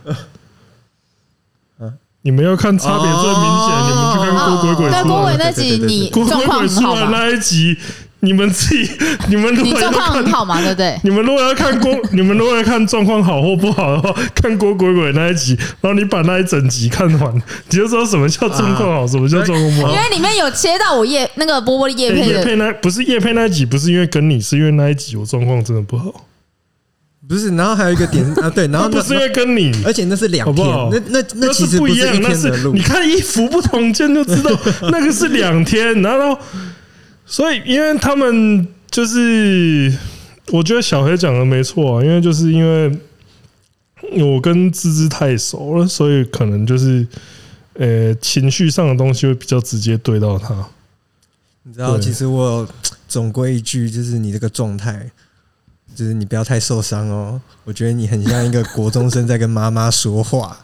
Speaker 3: 嗯。
Speaker 4: 你们要看差别最明
Speaker 3: 哦
Speaker 4: 显，你们去看郭鬼鬼
Speaker 1: 对郭
Speaker 3: 对
Speaker 4: 出
Speaker 1: 伟
Speaker 4: 来，
Speaker 1: 那集
Speaker 3: 对对对
Speaker 1: 你
Speaker 4: 郭
Speaker 1: 状
Speaker 4: 鬼
Speaker 1: 况
Speaker 4: 鬼
Speaker 1: 很
Speaker 4: 出
Speaker 1: 好
Speaker 4: 来
Speaker 1: 吧？
Speaker 4: 那一集，你们自己，你们如
Speaker 1: 你
Speaker 4: 果要
Speaker 1: 状况
Speaker 4: 看
Speaker 1: 很好嘛，对不对？
Speaker 4: 你们如果要看郭，你们如果要看状况好或不好的话，看郭鬼鬼那一集，然后你把那一整集看完，你就知道什么叫状况
Speaker 3: 啊
Speaker 4: 好，什么叫状况不好
Speaker 1: 因。为里面有切到我叶那个波波的叶
Speaker 4: 欸
Speaker 1: 配
Speaker 4: 叶
Speaker 1: 的，
Speaker 4: 佩那不是叶佩那一集，不是因为跟你，是因为那一集我状况真的不好，
Speaker 3: 不是，然后还有一个
Speaker 4: *laughs*
Speaker 3: 点啊，对，然后
Speaker 4: 不
Speaker 3: 那
Speaker 4: 是因为跟你，
Speaker 3: 而且那是两
Speaker 4: 好不
Speaker 3: 篇
Speaker 4: 好，
Speaker 3: 那那那其实
Speaker 4: 不
Speaker 3: 是
Speaker 4: 一样，那
Speaker 3: 天
Speaker 4: 是
Speaker 3: 的路
Speaker 4: 你，看衣服不同件就知
Speaker 3: *laughs*
Speaker 4: 道那个是两天，然后所以因为他们就是，我觉得小黑讲的没错啊，因为就是因为我跟芝芝太熟了，所以可能就是呃情绪上的东西会比较直接对到他。
Speaker 3: 你知道，
Speaker 4: 对
Speaker 3: 其实我总归一句，就是你这个状态，就是你不要太受伤哦。我觉得你很像一个国中生在跟妈妈说话，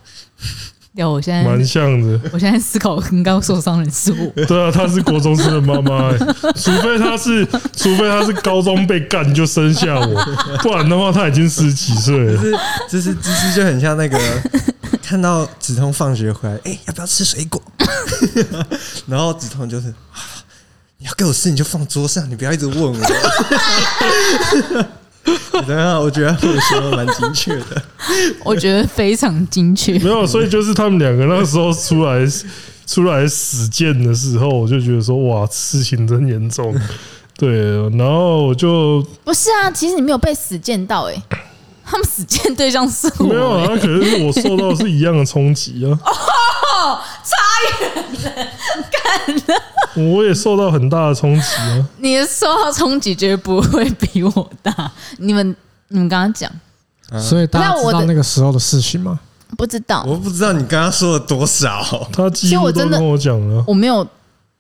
Speaker 1: 对，我现
Speaker 4: 蛮像的，
Speaker 1: 我现在思考刚刚受伤人是
Speaker 4: *laughs*
Speaker 1: 我，
Speaker 4: 对啊，她是国中生的妈妈、欸，除非她是，除非她是高中被干就生下我，不然的话她已经十几岁了
Speaker 3: 就。是就是芝芝就很像那个看到梓潼放学回来，哎、要不要吃水果？ *laughs* 然后梓潼就是。啊你要给我吃，你就放桌上，你不要一直问我。 *laughs* 等一下，我觉得我说的蛮精确的。
Speaker 1: 我觉得非常精确。
Speaker 4: *laughs* 没有，所以就是他们两个那时候出来出来实践的时候，我就觉得说哇，事情真严重。对，然后我就
Speaker 1: 不是啊，其实你没有被死见到哎、他们死见对象是我、
Speaker 4: 没有
Speaker 1: 欸
Speaker 4: 啊，可是我受到是一样的冲击啊。 *laughs* 哦，差远了，干我也受到很大的冲击啊。
Speaker 1: 你的受到冲击绝对不会比我大。你们你们刚刚讲
Speaker 4: 嗯
Speaker 2: 所以大家
Speaker 1: 那我
Speaker 2: 知道
Speaker 1: 的
Speaker 2: 那个时候的事情吗？
Speaker 1: 不知道，
Speaker 3: 我不知道你刚刚说了多少，
Speaker 4: 他几乎都跟我讲了，
Speaker 1: 我没有，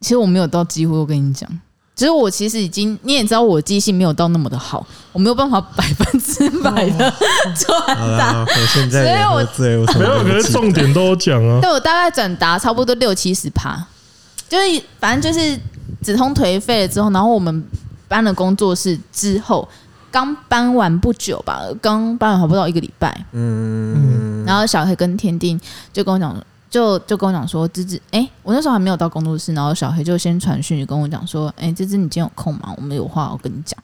Speaker 1: 其实我没有到几乎我跟你讲，只是我其实已经你也知道我记性没有到那么的好，我没有办法 *laughs* 百分之百
Speaker 4: 哦
Speaker 1: 的 *laughs* 传
Speaker 3: 好
Speaker 1: 达。
Speaker 3: 啦，我现在也喝醉，我什
Speaker 4: 没
Speaker 3: 么
Speaker 4: 有，
Speaker 3: 都
Speaker 4: 啊可
Speaker 3: 不
Speaker 4: 是
Speaker 3: 记得
Speaker 4: 重点都有讲 *laughs* 啊。
Speaker 1: 对我大概转达差不多六七十趴，就是反正就是止痛颓废了之后，然后我们搬了工作室之后，刚搬完不久吧，刚搬完还不到一个礼拜，
Speaker 3: 嗯，
Speaker 1: 然后小黑跟天定就跟我讲，就就跟我讲说，芝芝，哎、我那时候还没有到工作室，然后小黑就先传讯息跟我讲说，哎、芝芝，你今天有空吗？我们有话要跟你讲。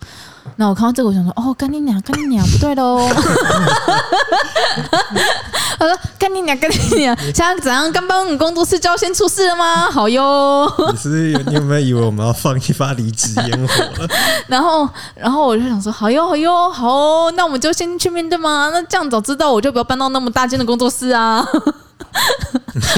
Speaker 1: 那我看到这个，我想说，哦，干你娘，干你娘，不对喽。我说干你娘，干你
Speaker 4: *laughs*
Speaker 1: 娘，现在怎样？刚帮你工作室就要先出事了吗？ *laughs* 好哟。
Speaker 3: 你是不是有你有没有以为我们要放一发离职烟火了？
Speaker 1: 然后，然后我就想说，好哟，好哟，好哦，那我们就先去面对嘛。那这样早知道我就不要搬到那么大间的工作室
Speaker 4: *laughs*
Speaker 1: 啊。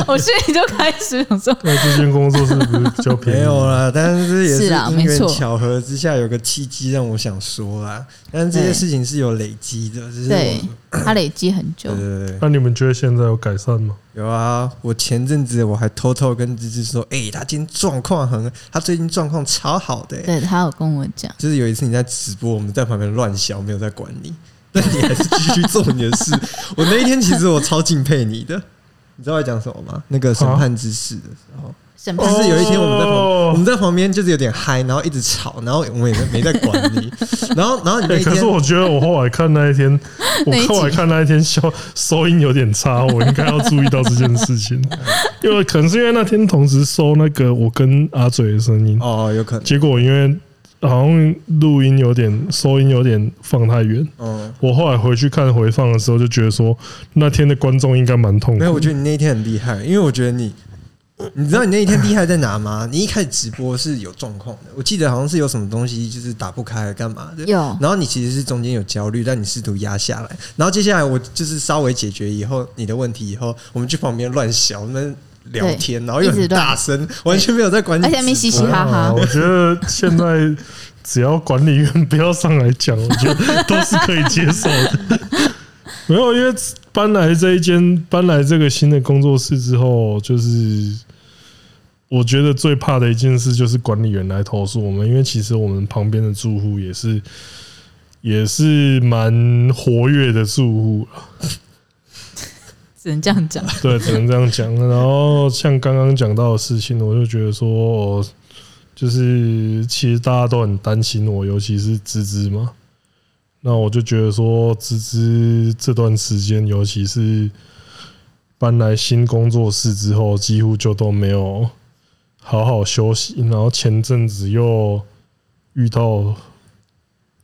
Speaker 1: 我心里就开始想说，
Speaker 4: 那这间工作室不是比较便宜？
Speaker 3: 没有啦，但是也
Speaker 1: 是啦
Speaker 3: 因
Speaker 1: 没
Speaker 3: 缘
Speaker 1: 错
Speaker 3: 巧合之下有个契机让我想说啦，但是这些
Speaker 1: 对
Speaker 3: 事情是有累积的，就是我
Speaker 1: 对他累积很久
Speaker 3: 对，对对，
Speaker 4: 那你们觉得现在有改善吗？
Speaker 3: 有啊，我前阵子我还偷偷跟芝芝说，哎、他今天状况很，他最近状况超好的、欸，
Speaker 1: 对他有跟我讲，
Speaker 3: 就是有一次你在直播，我们在旁边乱笑，没有在管你，但你还是继续做你的事。我那一天其实我超敬佩你的，你知道我在讲什么吗？那个审判之事的时候，
Speaker 1: 审判
Speaker 3: 就是有一天我们在旁，
Speaker 4: 哦
Speaker 3: 我们在旁边就是有点嗨，然后一直吵，然后我们也没在管你， *laughs* 然后然后你那
Speaker 4: 欸
Speaker 3: 一
Speaker 4: 可是
Speaker 3: 天。
Speaker 4: 我觉得我后来看那
Speaker 3: *laughs*
Speaker 4: 一天，我
Speaker 1: 哪一集
Speaker 4: 后来看那一天收收音有点
Speaker 3: *laughs*
Speaker 4: 差，我应该要注意到这件事情，因为可能是因为那天同时收那个我跟阿嘴的声音，
Speaker 3: 哦，有可能，
Speaker 4: 结果因为好像录音有点收音有点放太远，
Speaker 3: 嗯，
Speaker 4: 我后来回去看回放的时候就觉得说那天的观众应该蛮痛
Speaker 3: 没有，
Speaker 4: 苦
Speaker 3: 我觉得你那一天很厉害，因为我觉得你你知道你那一天厉害在哪吗？ *laughs* 你一开始直播是有状况的，我记得好像是有什么东西就是打不开干嘛的。
Speaker 1: 有
Speaker 3: 然后你其实是中间有焦虑，但你试图压下来。然后接下来我就是稍微解决以后你的问题以后，我们去旁边乱笑，我们聊天，然后又
Speaker 1: 一
Speaker 3: 很
Speaker 1: 直乱
Speaker 3: 大声，完全没有在管你
Speaker 1: 而
Speaker 3: 直播。
Speaker 1: 且还没嘻嘻哈哈
Speaker 4: 啊，我觉得现在只要管理员不要上来讲，我觉得都是可以接受的。 *laughs* 没有，因为搬来这一间，搬来这个新的工作室之后，就是我觉得最怕的一件事就是管理员来投诉我们，因为其实我们旁边的住户也是也是蛮活跃的住户啦
Speaker 1: 只能这样讲。
Speaker 4: 对，只能这样讲。然后像刚刚讲到的事情，我就觉得说，哦就是其实大家都很担心我，尤其是芝芝嘛。那我就觉得说，芝芝这段时间，尤其是搬来新工作室之后，几乎就都没有好好休息。然后前阵子又遇到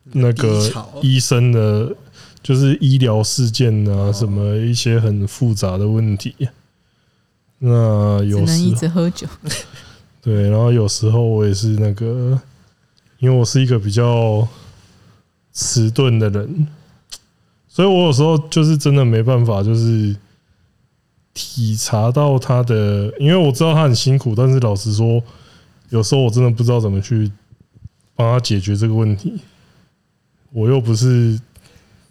Speaker 4: 那
Speaker 3: 低
Speaker 4: 个
Speaker 3: 潮
Speaker 4: 医生的，就是医疗事件啊，
Speaker 1: 哦
Speaker 4: 什么一些很复杂的问题。那
Speaker 1: 只
Speaker 4: 有
Speaker 1: 能一
Speaker 4: 时
Speaker 1: 直喝酒，
Speaker 4: 对，然后有时候我也是那个，因为我是一个比较迟钝的人，所以我有时候就是真的没办法，就是体察到他的，因为我知道他很辛苦，但是老实说，有时候我真的不知道怎么去帮他解决这个问题。我又不是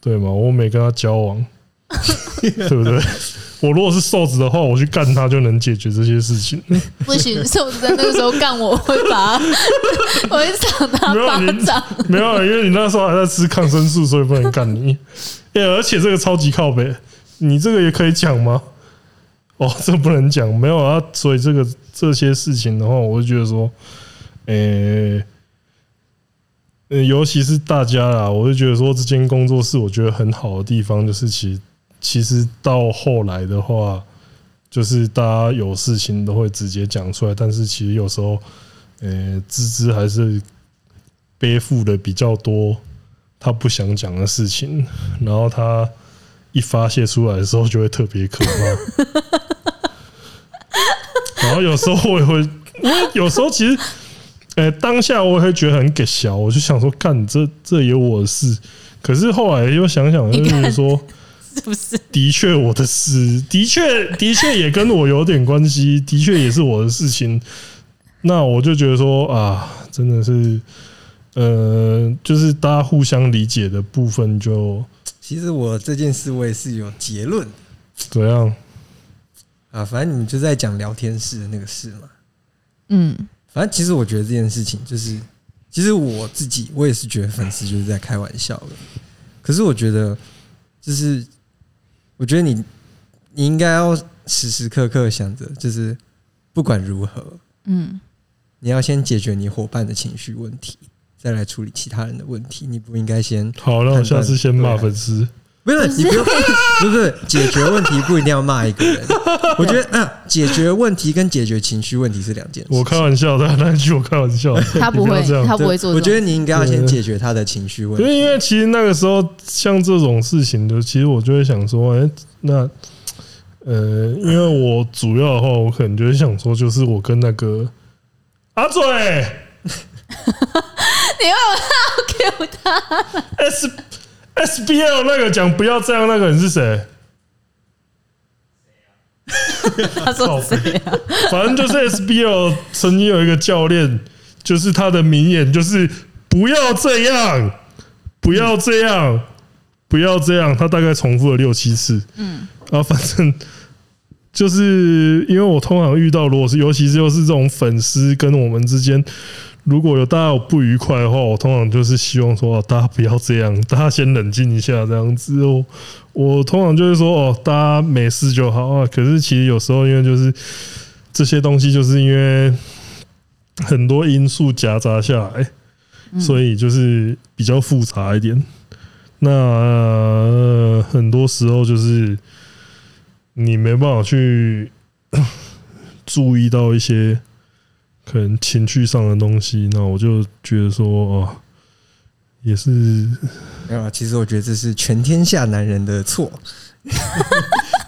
Speaker 4: 对吗？我没跟他交往，对不对？我如果是瘦子的话，我去干他就能解决这些事情。
Speaker 1: 不行，瘦子在那个时候干我，我会把 *laughs* 他，我会赏他
Speaker 4: 没有
Speaker 1: 巴
Speaker 4: 你
Speaker 1: 掌。
Speaker 4: *laughs* 没有，因为你那时候还在吃抗生素，所以不能干你。 *laughs* 哎、而且这个超级靠北，你这个也可以讲吗？哦， *laughs* 这不能讲，没有啊。所以这个这些事情的话，我就觉得说，呃、呃尤其是大家啦，我就觉得说，这间工作室我觉得很好的地方就是其，其实到后来的话，就是大家有事情都会直接讲出来，但是其实有时候，呃，芝芝还是背负的比较多他不想讲的事情，然后他一发泄出来的时候就会特别可怕。然后有时候我也会，因为有时候其实，呃，当下我也会觉得很给小，我就想说，干这这也我的事。可是后来又想想，就
Speaker 1: 你看
Speaker 4: 是说，
Speaker 1: 是不是？
Speaker 4: 的确我的事，的确的确也跟我有点关系，的确也是我的事情。那我就觉得说啊，真的是，呃，就是大家互相理解的部分就
Speaker 3: 其实我这件事我也是有结论的
Speaker 4: 怎样？
Speaker 3: 啊，反正你们就在讲聊天室的那个事嘛。
Speaker 1: 嗯，
Speaker 3: 反正其实我觉得这件事情就是，其实我自己我也是觉得粉丝就是在开玩笑的。可是我觉得，就是我觉得你你应该要时时刻刻想着，就是不管如何，
Speaker 1: 嗯，
Speaker 3: 你要先解决你伙伴的情绪问题，再来处理其他人的问题。你不应该先
Speaker 4: 好，那我下次先骂粉丝。
Speaker 3: 不是，你不用，不是解决问题不一定要骂一
Speaker 1: *laughs*
Speaker 3: 个人。我觉得啊，解决问题跟解决情绪问题是两件事。
Speaker 4: 我开玩笑的，那一句我开玩笑的，
Speaker 1: 他
Speaker 4: 你
Speaker 1: 不
Speaker 4: 要
Speaker 1: 会
Speaker 4: 这，样
Speaker 1: 他。不会做这
Speaker 3: 我
Speaker 1: 种事。
Speaker 3: 觉得你应该要先解决他的情绪问
Speaker 4: 因为
Speaker 3: 题。
Speaker 4: 因为其实那个时候像这种事情的，其实我就会想说，哎、那呃，因为我主要的话，我可能就会想说，就是我跟那个啊阿嘴
Speaker 1: *laughs* 你为什么要 Q 他？
Speaker 4: S SBL 那个讲不要这样那个人是谁？
Speaker 1: 他说谁啊？
Speaker 4: 反正就是 SBL 曾经有一个教练，就是他的名言就是“不要这样，不要这样，不要这样”，他大概重复了六七次。嗯，然后反正 *laughs* 就是因为我通常遇到，如果是尤其是又是这种粉丝跟我们之间。如果有大家有不愉快的话，我通常就是希望说、哦大家不要这样，大家先冷静一下，这样子哦。我通常就是说哦，大家没事就好啊。可是其实有时候因为就是这些东西，就是因为很多因素夹杂下来，
Speaker 1: 嗯
Speaker 4: 所以就是比较复杂一点。那、呃很多时候就是你没办法去 *coughs* 注意到一些可能情绪上的东西，那我就觉得说哦，也是 *laughs*
Speaker 3: 没有啊，其实我觉得这是全天下男人的错。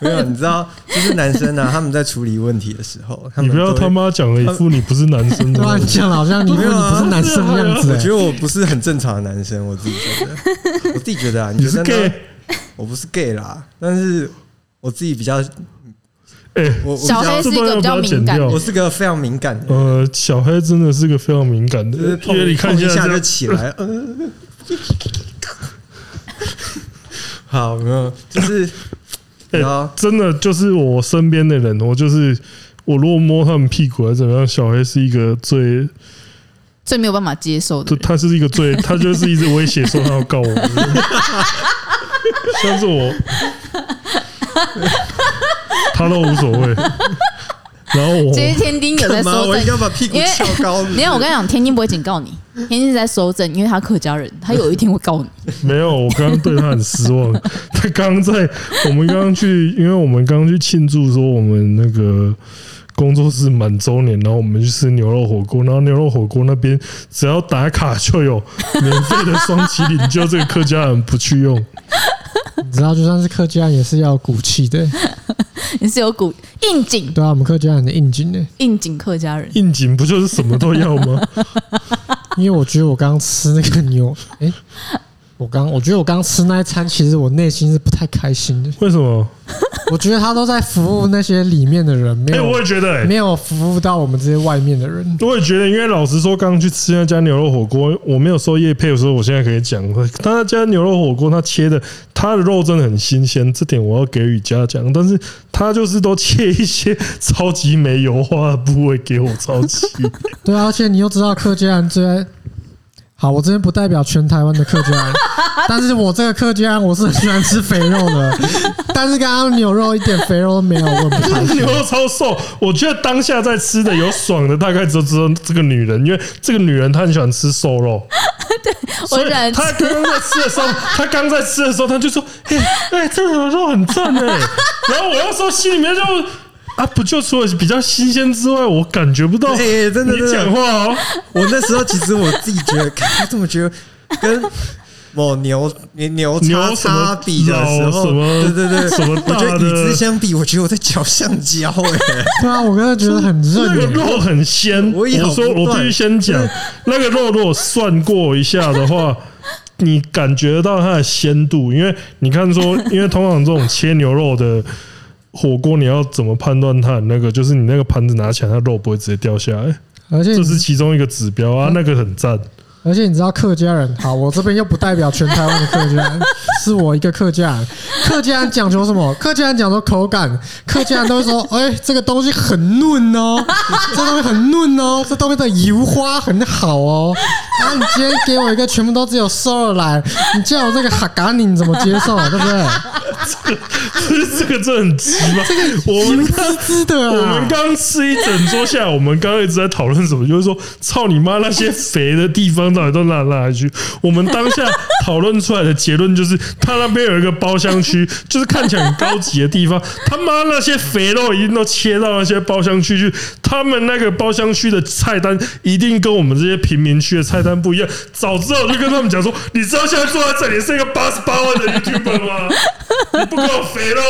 Speaker 3: 没有，你知道，就是男生啊，他们在处理问题的时候，他
Speaker 4: 你
Speaker 3: 们
Speaker 4: 不要
Speaker 3: 都会
Speaker 4: 他妈讲了一副你不是男生
Speaker 2: *laughs*
Speaker 4: 的
Speaker 2: 乱
Speaker 4: *laughs*
Speaker 2: 讲了，好像你你不
Speaker 3: 没有啊
Speaker 2: 是男生的样子、
Speaker 3: 我觉
Speaker 2: 欸。
Speaker 3: 得我不是很正常的男生，我自己
Speaker 4: *laughs*
Speaker 3: 觉得，我自己觉得啊，
Speaker 4: 你是
Speaker 3: 觉得呢
Speaker 4: gay
Speaker 3: 我不是 gay 啦，但是我自己比较，
Speaker 4: 哎、
Speaker 3: 我我比
Speaker 1: 小黑
Speaker 3: 较，
Speaker 1: 是一个比较敏感的
Speaker 3: 我
Speaker 1: 人，
Speaker 3: 是个非常敏感的人，
Speaker 4: 呃，小黑真的是个非常敏感的
Speaker 3: 就是
Speaker 4: 人，
Speaker 3: 碰
Speaker 4: 因哎为你看
Speaker 3: 碰一
Speaker 4: 现在
Speaker 3: 下
Speaker 4: 这
Speaker 3: 就
Speaker 4: 样
Speaker 3: 起来，呃，
Speaker 4: *laughs*
Speaker 3: 好，没有，就是，
Speaker 4: 哎
Speaker 3: 然后
Speaker 4: 真的就是我身边的人，我就是我如果摸他们屁股还是怎么样，小黑是一个最，
Speaker 1: 最没有办法接受的
Speaker 4: 就
Speaker 1: 人。
Speaker 4: 他是一个最，他就是一直威胁说他要告我，像是我，他都无所谓。然后
Speaker 1: *laughs*
Speaker 4: 我
Speaker 1: 其实天丁有在
Speaker 3: 干嘛？
Speaker 1: 收
Speaker 3: 我应该
Speaker 1: 正，
Speaker 3: 把屁股
Speaker 1: 因为
Speaker 3: 翘高是不是。
Speaker 1: 没有我跟你讲，天丁不会警告你，天丁是在收正，因为他客家人，他有一天会告你。
Speaker 4: 没有，我刚刚对他很失望。 *laughs* 他刚刚在我们刚刚去，因为我们刚刚去庆祝说我们那个工作室满周年，然后我们去吃牛肉火锅，然后牛肉火锅那边只要打卡就有 *laughs* 免费的双麒麟，就这个客家人不去用。
Speaker 2: 你知道，就算是客家人也是要有骨气的、欸
Speaker 1: 你是有股应景
Speaker 2: 对啊，我们客家人的应景欸的、
Speaker 1: 应景客家人，
Speaker 4: 应景不就是什么都要吗？
Speaker 2: 因为我觉得我刚刚吃那个牛， *laughs* 哎、我刚我觉得我刚吃那一餐，其实我内心是不太开心的。
Speaker 4: 为什么？
Speaker 2: 我觉得他都在服务那些里面的人，没
Speaker 4: 哎、
Speaker 2: 有、
Speaker 4: 我也觉得、哎
Speaker 2: 没有服务到我们这些外面的人。
Speaker 4: 我也觉得，因为老实说，刚刚去吃那家牛肉火锅，我没有收叶配，所以我现在可以讲，他那家牛肉火锅，他切的他的肉真的很新鲜，这点我要给予嘉奖。但是他就是都切一些超级没油花的部位给我，超级
Speaker 2: 对啊，而且你又知道客家人最爱。好，我这边不代表全台湾的客家人，
Speaker 4: *laughs*
Speaker 2: 但是我这个客家人我是很喜欢吃肥肉的，但是刚刚牛肉一点肥肉都没有，我很不开心
Speaker 4: 牛。肉超瘦。我觉得当下在吃的有爽的，大概就只有这个女人，因为这个女人她很喜欢吃瘦肉。
Speaker 1: 我
Speaker 4: 所以
Speaker 1: 喜欢吃
Speaker 4: 他刚刚在吃的时候，他刚在吃的时候，他就说：“哎、哎、这个肉很赞哎、
Speaker 3: *laughs*
Speaker 4: 然后我那时候心里面就啊，不就除了比较新鲜之外，我感觉不到。
Speaker 3: 哎哎真的
Speaker 4: 你
Speaker 3: 真的
Speaker 4: 讲话哦，
Speaker 3: 我那时候其实我自己觉得，看这么觉得跟某牛牛
Speaker 4: 牛
Speaker 3: 叉
Speaker 4: 什么
Speaker 3: 叉比的时
Speaker 4: 老什
Speaker 3: 候，
Speaker 4: 么
Speaker 3: 对对对，
Speaker 4: 什么
Speaker 3: 我
Speaker 4: 大
Speaker 3: 觉得与之
Speaker 4: 的
Speaker 3: 相比，我觉得我在嚼橡胶哎、
Speaker 2: 对啊，我刚刚觉得很
Speaker 4: 那个
Speaker 2: 热，
Speaker 4: 肉很鲜。
Speaker 3: 我
Speaker 4: 我
Speaker 3: 咬不
Speaker 4: 说我必须
Speaker 3: 断
Speaker 4: 先讲，那个肉如果涮过一下的话。”你感觉到它的鲜度，因为你看
Speaker 3: *laughs*
Speaker 4: 说，因为通常这种切牛肉的火锅，你要怎么判断它的那个？就是你那个盘子拿起来，它肉不会直接掉下来。
Speaker 2: 而且
Speaker 4: 这是其中一个指标啊，那个很赞。 *laughs*
Speaker 2: 而且你知道客家人，好，我这边又不代表全台湾的客家人， *laughs* 是我一个客家人。客家人讲究什么？客家人讲究口感，客家人都会说，哎、这个东西很嫩哦， *laughs* 这东西很嫩哦，这东西的油花很好哦。然后你今天给我一个全部都只有瘦的来，你叫我这个哈嘎你你怎么接受啊？对不对？
Speaker 4: 这个真的很急嘛？我们刚
Speaker 2: 是的
Speaker 4: 我
Speaker 2: 啊
Speaker 4: 们，刚吃一整桌下来，我们刚刚一直在讨论什么，就是说，操你妈那些肥的地方到底都哪哪里去？我们当下讨论出来的结论就是，他那边有一个包厢区， *laughs* 就是看起来很高级的地方，他妈那些肥肉一定都切到那些包厢区去，他们那个包厢区的菜单一定跟我们这些贫民区的菜单不一样。早知道我就跟他们讲说，你知道现在坐在这里是一个八十八万的 YouTuber 吗？你不给我肥肉。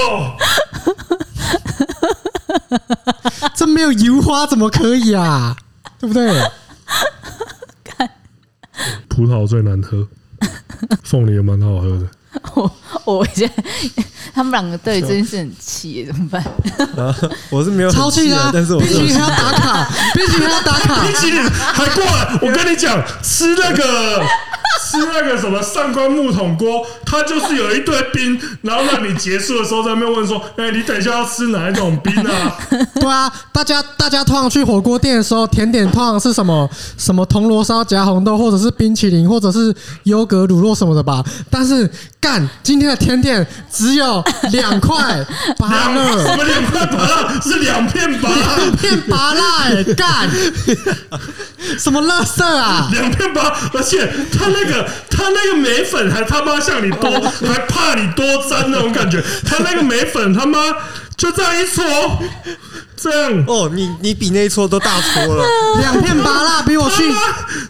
Speaker 2: 这没有油花怎么可以啊？对不对？
Speaker 4: 葡萄最难喝，凤梨也蛮好喝的。
Speaker 1: 我 *laughs* 我现在他们两个对这件事很气，怎么办？
Speaker 3: 然
Speaker 4: 啊
Speaker 3: 后 *laughs* 我是没有很
Speaker 2: 超气
Speaker 3: 气
Speaker 2: 的、啊，
Speaker 3: *laughs* 但是我
Speaker 2: 冰
Speaker 3: 是
Speaker 2: 淇
Speaker 3: 有
Speaker 2: 淋
Speaker 3: 气
Speaker 2: 还要打卡，冰淇淋还要打卡
Speaker 4: 冰。淇淋还过来，我跟你讲，吃那个吃那个什么上官木桶锅，它就是有一堆冰，然后让你结束的时候在那边问说：“哎、你等一下要吃哪一种冰啊
Speaker 2: *laughs* 对啊，大家大家通常去火锅店的时候，甜点通常是什么什么铜锣烧夹红豆，或者是冰淇淋，或者是优格乳酪什么的吧。但是干今天的甜点只有两块？”芭
Speaker 4: 两什
Speaker 2: 乐，
Speaker 4: 么两块芭乐是两片芭乐，
Speaker 2: 片芭乐、欸，干什么乐色啊？
Speaker 4: 两片芭乐，而且它那个它那个眉粉还他妈向你多，还怕你多沾那种感觉，它那个眉粉他妈就这样一搓，这样
Speaker 3: 哦，你你比那一撮都大撮
Speaker 2: *laughs*
Speaker 3: 了，
Speaker 2: 两片芭乐比我去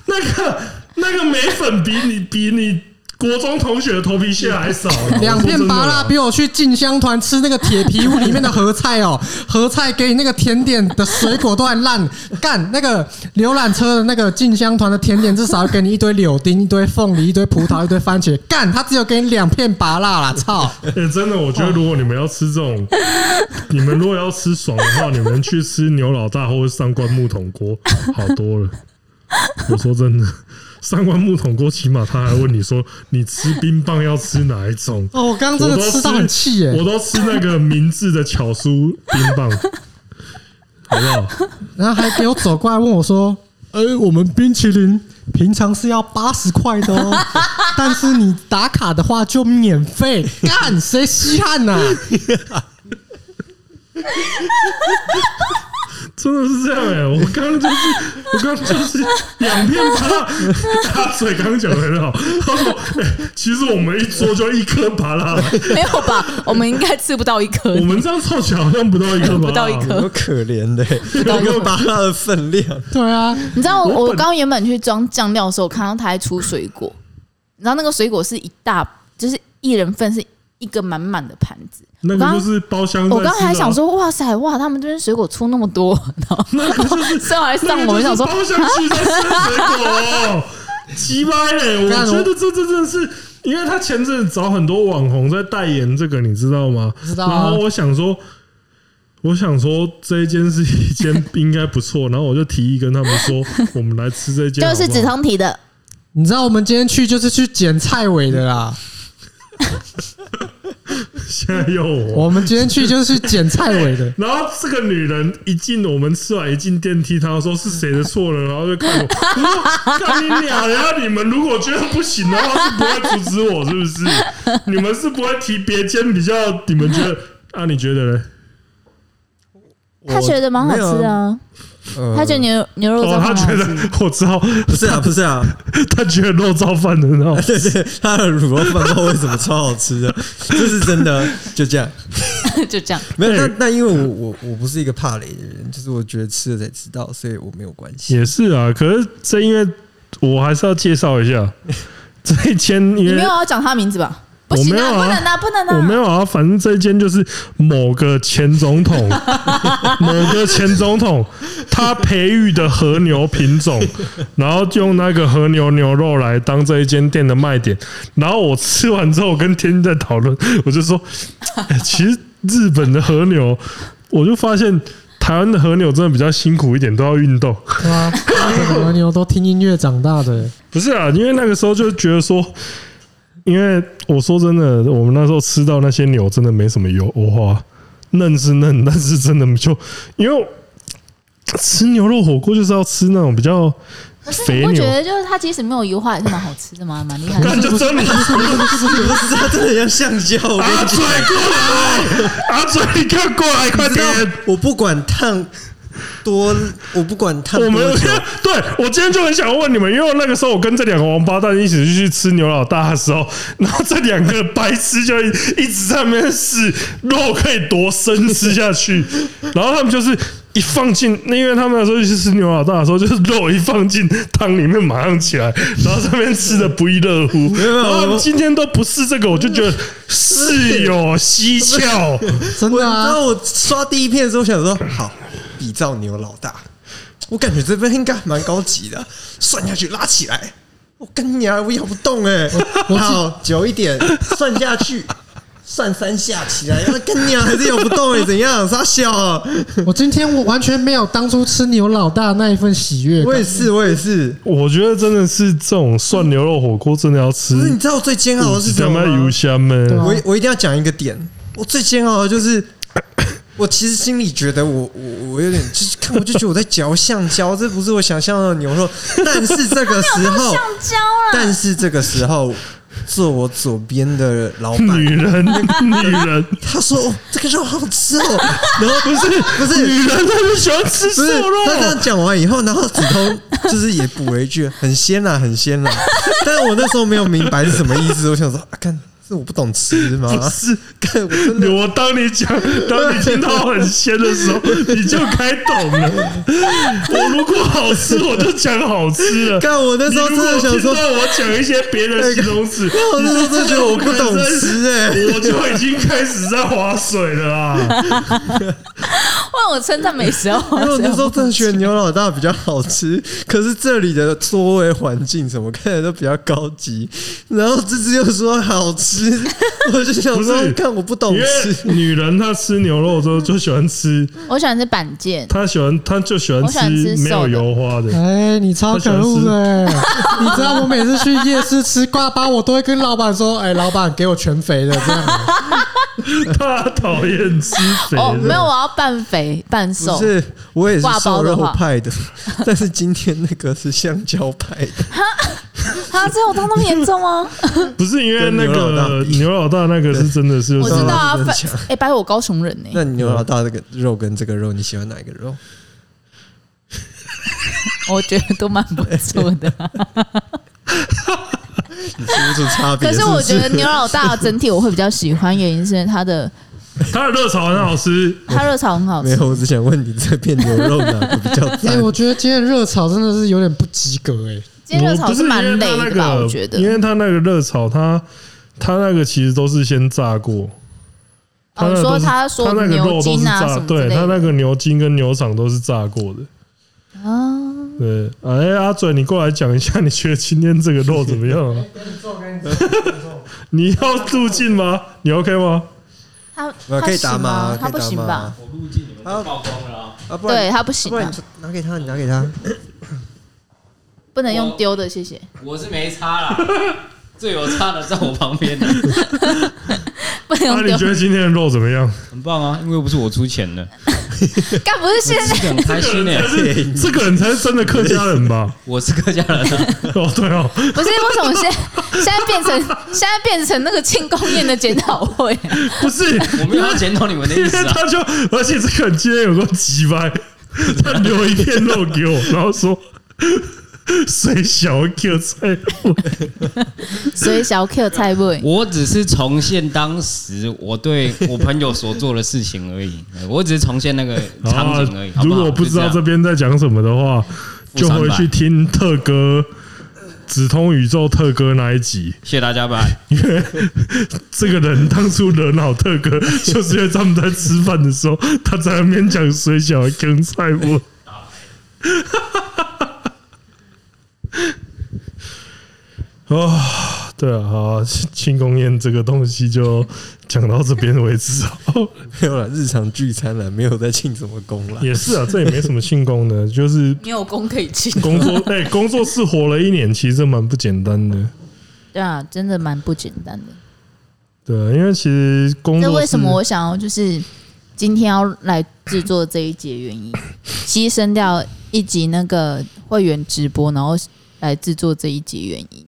Speaker 4: 那个那个眉粉比你比你。国中同学的头皮屑还
Speaker 2: *laughs*
Speaker 4: 少哦了。
Speaker 2: 两片芭拉
Speaker 4: 冰，
Speaker 2: 比我去进香团吃那个铁皮屋里面的合菜 *laughs* 哦，合菜给你那个甜点的水果都还烂，干那个浏览车的那个进香团的甜点至少要给你一堆柳丁、一堆凤梨、一堆葡萄、一堆番茄，干他只有给你两片芭拉啦，操！
Speaker 4: 欸真的，我觉得如果你们要吃
Speaker 2: *laughs*
Speaker 4: 这种，你们如果要吃爽的话，你们去吃牛老大或者上官木桶锅好多了。我说真的，上官木桶锅起码他还问你说你吃冰棒要吃哪一种，
Speaker 2: 哦，我刚刚真
Speaker 4: 我
Speaker 2: 的
Speaker 4: 都
Speaker 2: 吃到很气耶、
Speaker 4: 我都吃那个明治的巧酥冰棒，好不好？
Speaker 2: 然后还给我走过来问我说：“呃、我们冰淇淋平常是要八十块的 *laughs* 哦，但是你打卡的话就免费。”干谁稀罕 *laughs* 呐、
Speaker 4: 真的是这样哎、我刚刚就是，我刚刚就是两片芭拉，大嘴刚刚讲的很好， *laughs* 他说、欸其实我们一桌就一颗芭拉，
Speaker 1: 没有吧？我们应该吃不到一颗
Speaker 4: 我。们这样凑起来好像不到一颗吧？
Speaker 1: 不到一颗
Speaker 3: 多可怜的、
Speaker 1: 道
Speaker 3: 欸，一个巴拉的分量。
Speaker 2: 对啊，
Speaker 1: 你知道我
Speaker 4: 我
Speaker 1: 我
Speaker 4: 本
Speaker 1: 刚原本去装酱料的时候，我看到他还出水果，你知道那个水果是一大，就是一人份是一个满满的盘子。
Speaker 4: 那个就是啊包厢。
Speaker 1: 我刚才还想，说，哇塞，哇，他们这边水果出那么多，然后
Speaker 4: *laughs* 那个就是
Speaker 1: 最后还
Speaker 4: 那
Speaker 1: 上
Speaker 4: 个
Speaker 1: 我，
Speaker 4: 就
Speaker 1: 我
Speaker 4: 是
Speaker 1: 想说，
Speaker 4: 包厢区在吃水果、鸡掰
Speaker 1: *laughs*
Speaker 4: 嘞！我
Speaker 2: 干
Speaker 4: 觉得这这真的是，因为他前阵子找很多网红在代言这个，你知道吗？
Speaker 2: 知道啊
Speaker 4: 然后我想说。我想说这一间是一间应该不错，然后我就提议跟他
Speaker 1: *laughs*
Speaker 4: 们说，我们来吃这间好
Speaker 1: 就
Speaker 4: 不好，
Speaker 1: 是止痛体的，
Speaker 2: 你知道我们今天去就是去捡菜尾的啦，
Speaker 4: 现在又我，。
Speaker 2: 我们今天去就是去捡菜尾的
Speaker 3: *laughs*
Speaker 4: 然后这个女人一进我们吃完一进电梯，她说是谁的错了，然后就看我，我说干你俩呀！你们如果觉得不行的话，是不会阻止我，是不是？你们是不会提别间比较，你们觉得啊？你觉得呢？
Speaker 1: 他觉得蛮好吃的、啊，
Speaker 3: 呃
Speaker 1: 他觉得牛牛肉
Speaker 4: 哦，
Speaker 1: 燥
Speaker 4: 她
Speaker 1: 饭蛮好啊
Speaker 4: 觉
Speaker 1: 吃
Speaker 4: 得
Speaker 1: 的。
Speaker 4: 我知道，
Speaker 3: 不是啊，不是啊，
Speaker 4: 她觉得肉燥饭很好吃。
Speaker 3: 对对，他的卤肉饭不知道为什么超好吃的， *laughs* 这是真的，就这样。
Speaker 1: *laughs* 就这样，
Speaker 3: 没有，那那因为我我我不是一个怕雷的人，就是我觉得吃了才知道，所以我没有关 *laughs* 系。
Speaker 4: 也是啊，可是这因为我还是要介绍一下这一间，因
Speaker 1: 你没
Speaker 4: 为
Speaker 1: 有要讲他名字吧？不
Speaker 4: 我
Speaker 1: 行
Speaker 4: 没有啊
Speaker 1: 不能啊，不能啊！
Speaker 4: 我没有啊，反正这间就是某个前总统，某个前总统他培育的和牛品种，然后就用那个和牛牛肉来当这一间店的卖点。然后我吃完之后，我跟天天在讨论，我就说，欸其实日本的和牛，我就发现台湾的和牛真的比较辛苦一点，都要运动。
Speaker 2: 对啊，这个牛都听音乐长大的，
Speaker 4: 不是啊，因为那个时候就觉得说，因为我说真的，我们那时候吃到那些牛真的没什么油花，嫩是嫩，但是真的就因为吃牛肉火锅就是要吃那种比较
Speaker 1: 可是你
Speaker 4: 肥
Speaker 1: 不觉
Speaker 4: 牛，
Speaker 1: 得就是它即使没有油化也是蛮好吃的吗？蛮厉害的。
Speaker 4: 干就真你
Speaker 3: 不是啊他真的像橡胶，我跟
Speaker 4: 阿
Speaker 3: 你
Speaker 4: 嘴过来，阿嘴啊你看过来，快点！
Speaker 3: 讲，我不管烫多，我不管烫
Speaker 4: 我
Speaker 3: 多
Speaker 4: 们
Speaker 3: 久，
Speaker 4: *laughs* 对我今天就很想问你们，因为那个时候我跟这两个王八蛋一起去吃牛老大的时候，然后这两个白痴就一一直在那边试肉可以多深吃下去，然后他们就是一放进，那因为他们那时候去吃牛老大的时候，就是肉一放进汤里面马上起来，然后这边吃的不亦乐乎。
Speaker 3: 有
Speaker 4: 然后他
Speaker 3: 我
Speaker 4: 们今天都不是这个，我就觉得是有蹊跷。
Speaker 2: 真
Speaker 3: 我
Speaker 2: 的
Speaker 3: 然
Speaker 2: 啊。
Speaker 3: 后我刷第一片的时候想说，好，比照牛老大，我感觉这边应该蛮高级的， *laughs* 算下去拉起来，我跟你啊，我咬不动哎、好，久一点，算下去。算三下起来，我跟你啊，还是咬不动哎、怎样？傻
Speaker 2: *laughs*
Speaker 3: 笑啊！
Speaker 2: 我今天我完全没有当初吃牛老大那一份喜悦
Speaker 3: 我
Speaker 2: 感。
Speaker 3: 也是，我也是。
Speaker 4: *laughs* 我觉得真的是这种涮牛肉火锅真的要吃
Speaker 3: 不是，你知道我最煎熬的是什
Speaker 4: 他
Speaker 3: 么
Speaker 4: 妈油
Speaker 3: 吗？
Speaker 4: 香们，
Speaker 2: 对啊
Speaker 3: 我我一定要讲一个点，我最煎熬的就是，我其实心里觉得我我我有点，就是看我就觉得我在嚼橡胶，这不是我想象的牛肉。但是这个时候，
Speaker 1: 胶啦，
Speaker 3: 但是这个时候，坐我左边的老
Speaker 4: 女
Speaker 3: 板， *laughs*
Speaker 4: 人，女人，
Speaker 3: 他说、哦这个肉好好吃哦，然后
Speaker 4: 不是
Speaker 3: 不是
Speaker 4: 女人，她就喜欢吃
Speaker 3: 不
Speaker 4: 瘦
Speaker 3: 是
Speaker 4: 肉。
Speaker 3: 他这样讲完以后，然后子通就是也补了一句：“很鲜啦，很鲜啦。”但我那时候没有明白是什么意思，我想说啊，看是是我不懂吃吗？
Speaker 4: 不是，
Speaker 3: *laughs* 干我真的
Speaker 4: 我当你讲，当你听到很鲜的
Speaker 3: *laughs*
Speaker 4: 时候，你就该懂了。我如果好吃，我就讲好吃了。
Speaker 3: 干我那时候
Speaker 4: 你
Speaker 3: 真的
Speaker 4: 如果
Speaker 3: 想
Speaker 4: 听
Speaker 3: 说，
Speaker 4: 到我讲一些别的形容词，
Speaker 3: *laughs* 我那时候真的觉得我不懂吃哎、
Speaker 4: *laughs* 我就已经开始在划水了啊！
Speaker 1: 换我称赞美食哦。
Speaker 3: 因为我那时候真的觉得牛老大比较好吃，可是这里的座位环境什么看起来都比较高级，然后芝芝又说好吃， *laughs* 我就想
Speaker 4: 不是
Speaker 3: 说，看我不懂
Speaker 4: 因为
Speaker 3: 吃，
Speaker 4: 女人她吃牛肉之后就喜欢吃，
Speaker 1: 我喜欢吃板腱，
Speaker 4: 她喜欢她就喜欢
Speaker 1: 我喜欢
Speaker 4: 吃
Speaker 1: 吃
Speaker 4: 没有
Speaker 1: 瘦的
Speaker 4: 油花的。
Speaker 2: 哎，你超可恶的！你知道我每次去夜市吃挂包，我都会跟老板说：“哎，老板，给我全肥的这
Speaker 3: *laughs*
Speaker 2: 样。
Speaker 4: 他讨厌吃肥
Speaker 1: 哦，
Speaker 4: 肉
Speaker 1: 没有，我要半肥半瘦 *laughs*
Speaker 3: 不。是我也是
Speaker 1: 挂包
Speaker 3: 瘦
Speaker 1: 的
Speaker 3: 肉
Speaker 1: 话
Speaker 3: 派的， *laughs* 但是今天那个是香蕉派的，
Speaker 1: 啊，这有到那么严重
Speaker 4: *laughs*
Speaker 1: 吗？
Speaker 4: 不是因为
Speaker 3: 跟
Speaker 4: 那
Speaker 3: 牛老大
Speaker 4: 个
Speaker 3: 比
Speaker 4: 牛老大那个是真的是，
Speaker 1: 我知道啊，
Speaker 3: 真的
Speaker 1: 反
Speaker 3: 假的
Speaker 1: 哎，白我高雄
Speaker 4: *laughs*
Speaker 1: 人呢。
Speaker 3: 那你牛老大这个肉跟这个肉，你喜欢哪一个肉？
Speaker 1: 我觉得都蛮不错的。
Speaker 3: 你吃不出差别。
Speaker 1: 可是
Speaker 3: 是
Speaker 1: 我
Speaker 3: 不
Speaker 1: 觉得牛老大整体我会比较喜欢，原因是因为它
Speaker 4: *laughs*
Speaker 1: 的
Speaker 4: 他的热炒很好吃，
Speaker 1: 它热炒很好
Speaker 3: 没
Speaker 1: 吃。
Speaker 3: 有，我只想问你这片牛肉哪个比较”
Speaker 2: 哎，
Speaker 3: 赞？
Speaker 2: 我觉得今天热炒真的是有点不及格哎。
Speaker 1: 今天热
Speaker 4: 我
Speaker 1: 炒
Speaker 4: 不是
Speaker 1: 蛮
Speaker 4: 因为
Speaker 1: 累
Speaker 4: 他那
Speaker 1: 的吧？
Speaker 4: 个，
Speaker 1: 我觉得，哦
Speaker 4: 因为他那个热炒，他他那个其实都是先炸过。
Speaker 1: 哦，
Speaker 4: 那
Speaker 1: 你
Speaker 4: 个都
Speaker 1: 说
Speaker 4: 是
Speaker 1: 他
Speaker 4: 他
Speaker 1: 说
Speaker 4: 那个
Speaker 1: 牛
Speaker 4: 肉都是
Speaker 1: 筋啊
Speaker 4: 炸
Speaker 1: 什，么之
Speaker 4: 对
Speaker 1: 类
Speaker 4: 他那
Speaker 1: 的
Speaker 4: 个牛筋跟牛肠都是炸过的。
Speaker 1: 啊，
Speaker 4: 对，哎，阿嘴，你过来讲一下，你觉得今天这个肉怎么样
Speaker 3: *laughs*
Speaker 4: 啊？ *laughs* 你要入镜吗？你 OK 吗？
Speaker 1: 他
Speaker 3: 我可以
Speaker 1: 他
Speaker 3: 打
Speaker 1: 行
Speaker 3: 吗？
Speaker 1: 吗？他不行吧？？
Speaker 5: 我入境你们都曝光了啊！
Speaker 3: 啊，不然
Speaker 1: 对他不行
Speaker 3: 不然
Speaker 1: 吧
Speaker 3: 你？就拿给他，你拿给他。
Speaker 1: 不能用丢的，谢谢。
Speaker 4: 哦
Speaker 5: 我是没差啦， *laughs* 最有差的在我旁边的，
Speaker 1: 不能
Speaker 4: 那、
Speaker 1: 用
Speaker 4: 啊你
Speaker 1: 丢
Speaker 4: 觉，得今天的肉怎么样？
Speaker 5: 很棒啊！因为又不是我出钱的，
Speaker 1: 干不是现
Speaker 5: 我吃
Speaker 1: 在
Speaker 5: 的很开心呢、
Speaker 4: *laughs* 这个人才是真的客家人
Speaker 5: *laughs*
Speaker 4: 吧？
Speaker 5: 我是客家人啊，
Speaker 4: 哦，对哦，
Speaker 1: 不是为什么现在现在变成现在变成那个庆功宴的检讨会啊？
Speaker 4: 不是，
Speaker 5: 我没有要检讨你们的
Speaker 4: 因
Speaker 5: 意
Speaker 4: 为
Speaker 5: 思啊。
Speaker 4: 他就，而且这个人今天有个急掰， *laughs* 他留一片肉给我，然后说谁小 Q 菜我
Speaker 1: 所以小 Q 菜味，
Speaker 5: 我只是重现当时我对我朋友所做的事情而已，我只是重现那个场景而已。好
Speaker 4: 啊哦如
Speaker 5: 好
Speaker 4: 果不知道这边在讲什么的话，
Speaker 5: 就
Speaker 4: 就
Speaker 5: 这样
Speaker 4: 回去听特哥。只通宇宙特哥那一集，
Speaker 5: 谢谢大家，拜拜。
Speaker 4: *laughs* 这个人当初惹恼特 *laughs* 哥，就是因为他们在吃饭的时候，他在那边讲水饺跟菜 *laughs* 我。啊，对啊，好啊，庆功宴这个东西就讲到这边为止哦。
Speaker 3: 没有了，日常聚餐了，没有在庆什么功了。
Speaker 4: *laughs* 也是 *laughs* 啊，这也没什么庆功的，就是
Speaker 1: 你有功可以庆。
Speaker 4: 工 *laughs* 作，哎、工作室活了一年，其实蛮不简单的。
Speaker 1: 对啊，真的蛮不简单的。
Speaker 4: 对啊，因为其实工
Speaker 1: 这
Speaker 4: 作
Speaker 1: 为
Speaker 4: 室
Speaker 1: 什么我想要就是今天要来制作这一节原因，牺牲掉一集那个会员直播，然后来制作这一集原因。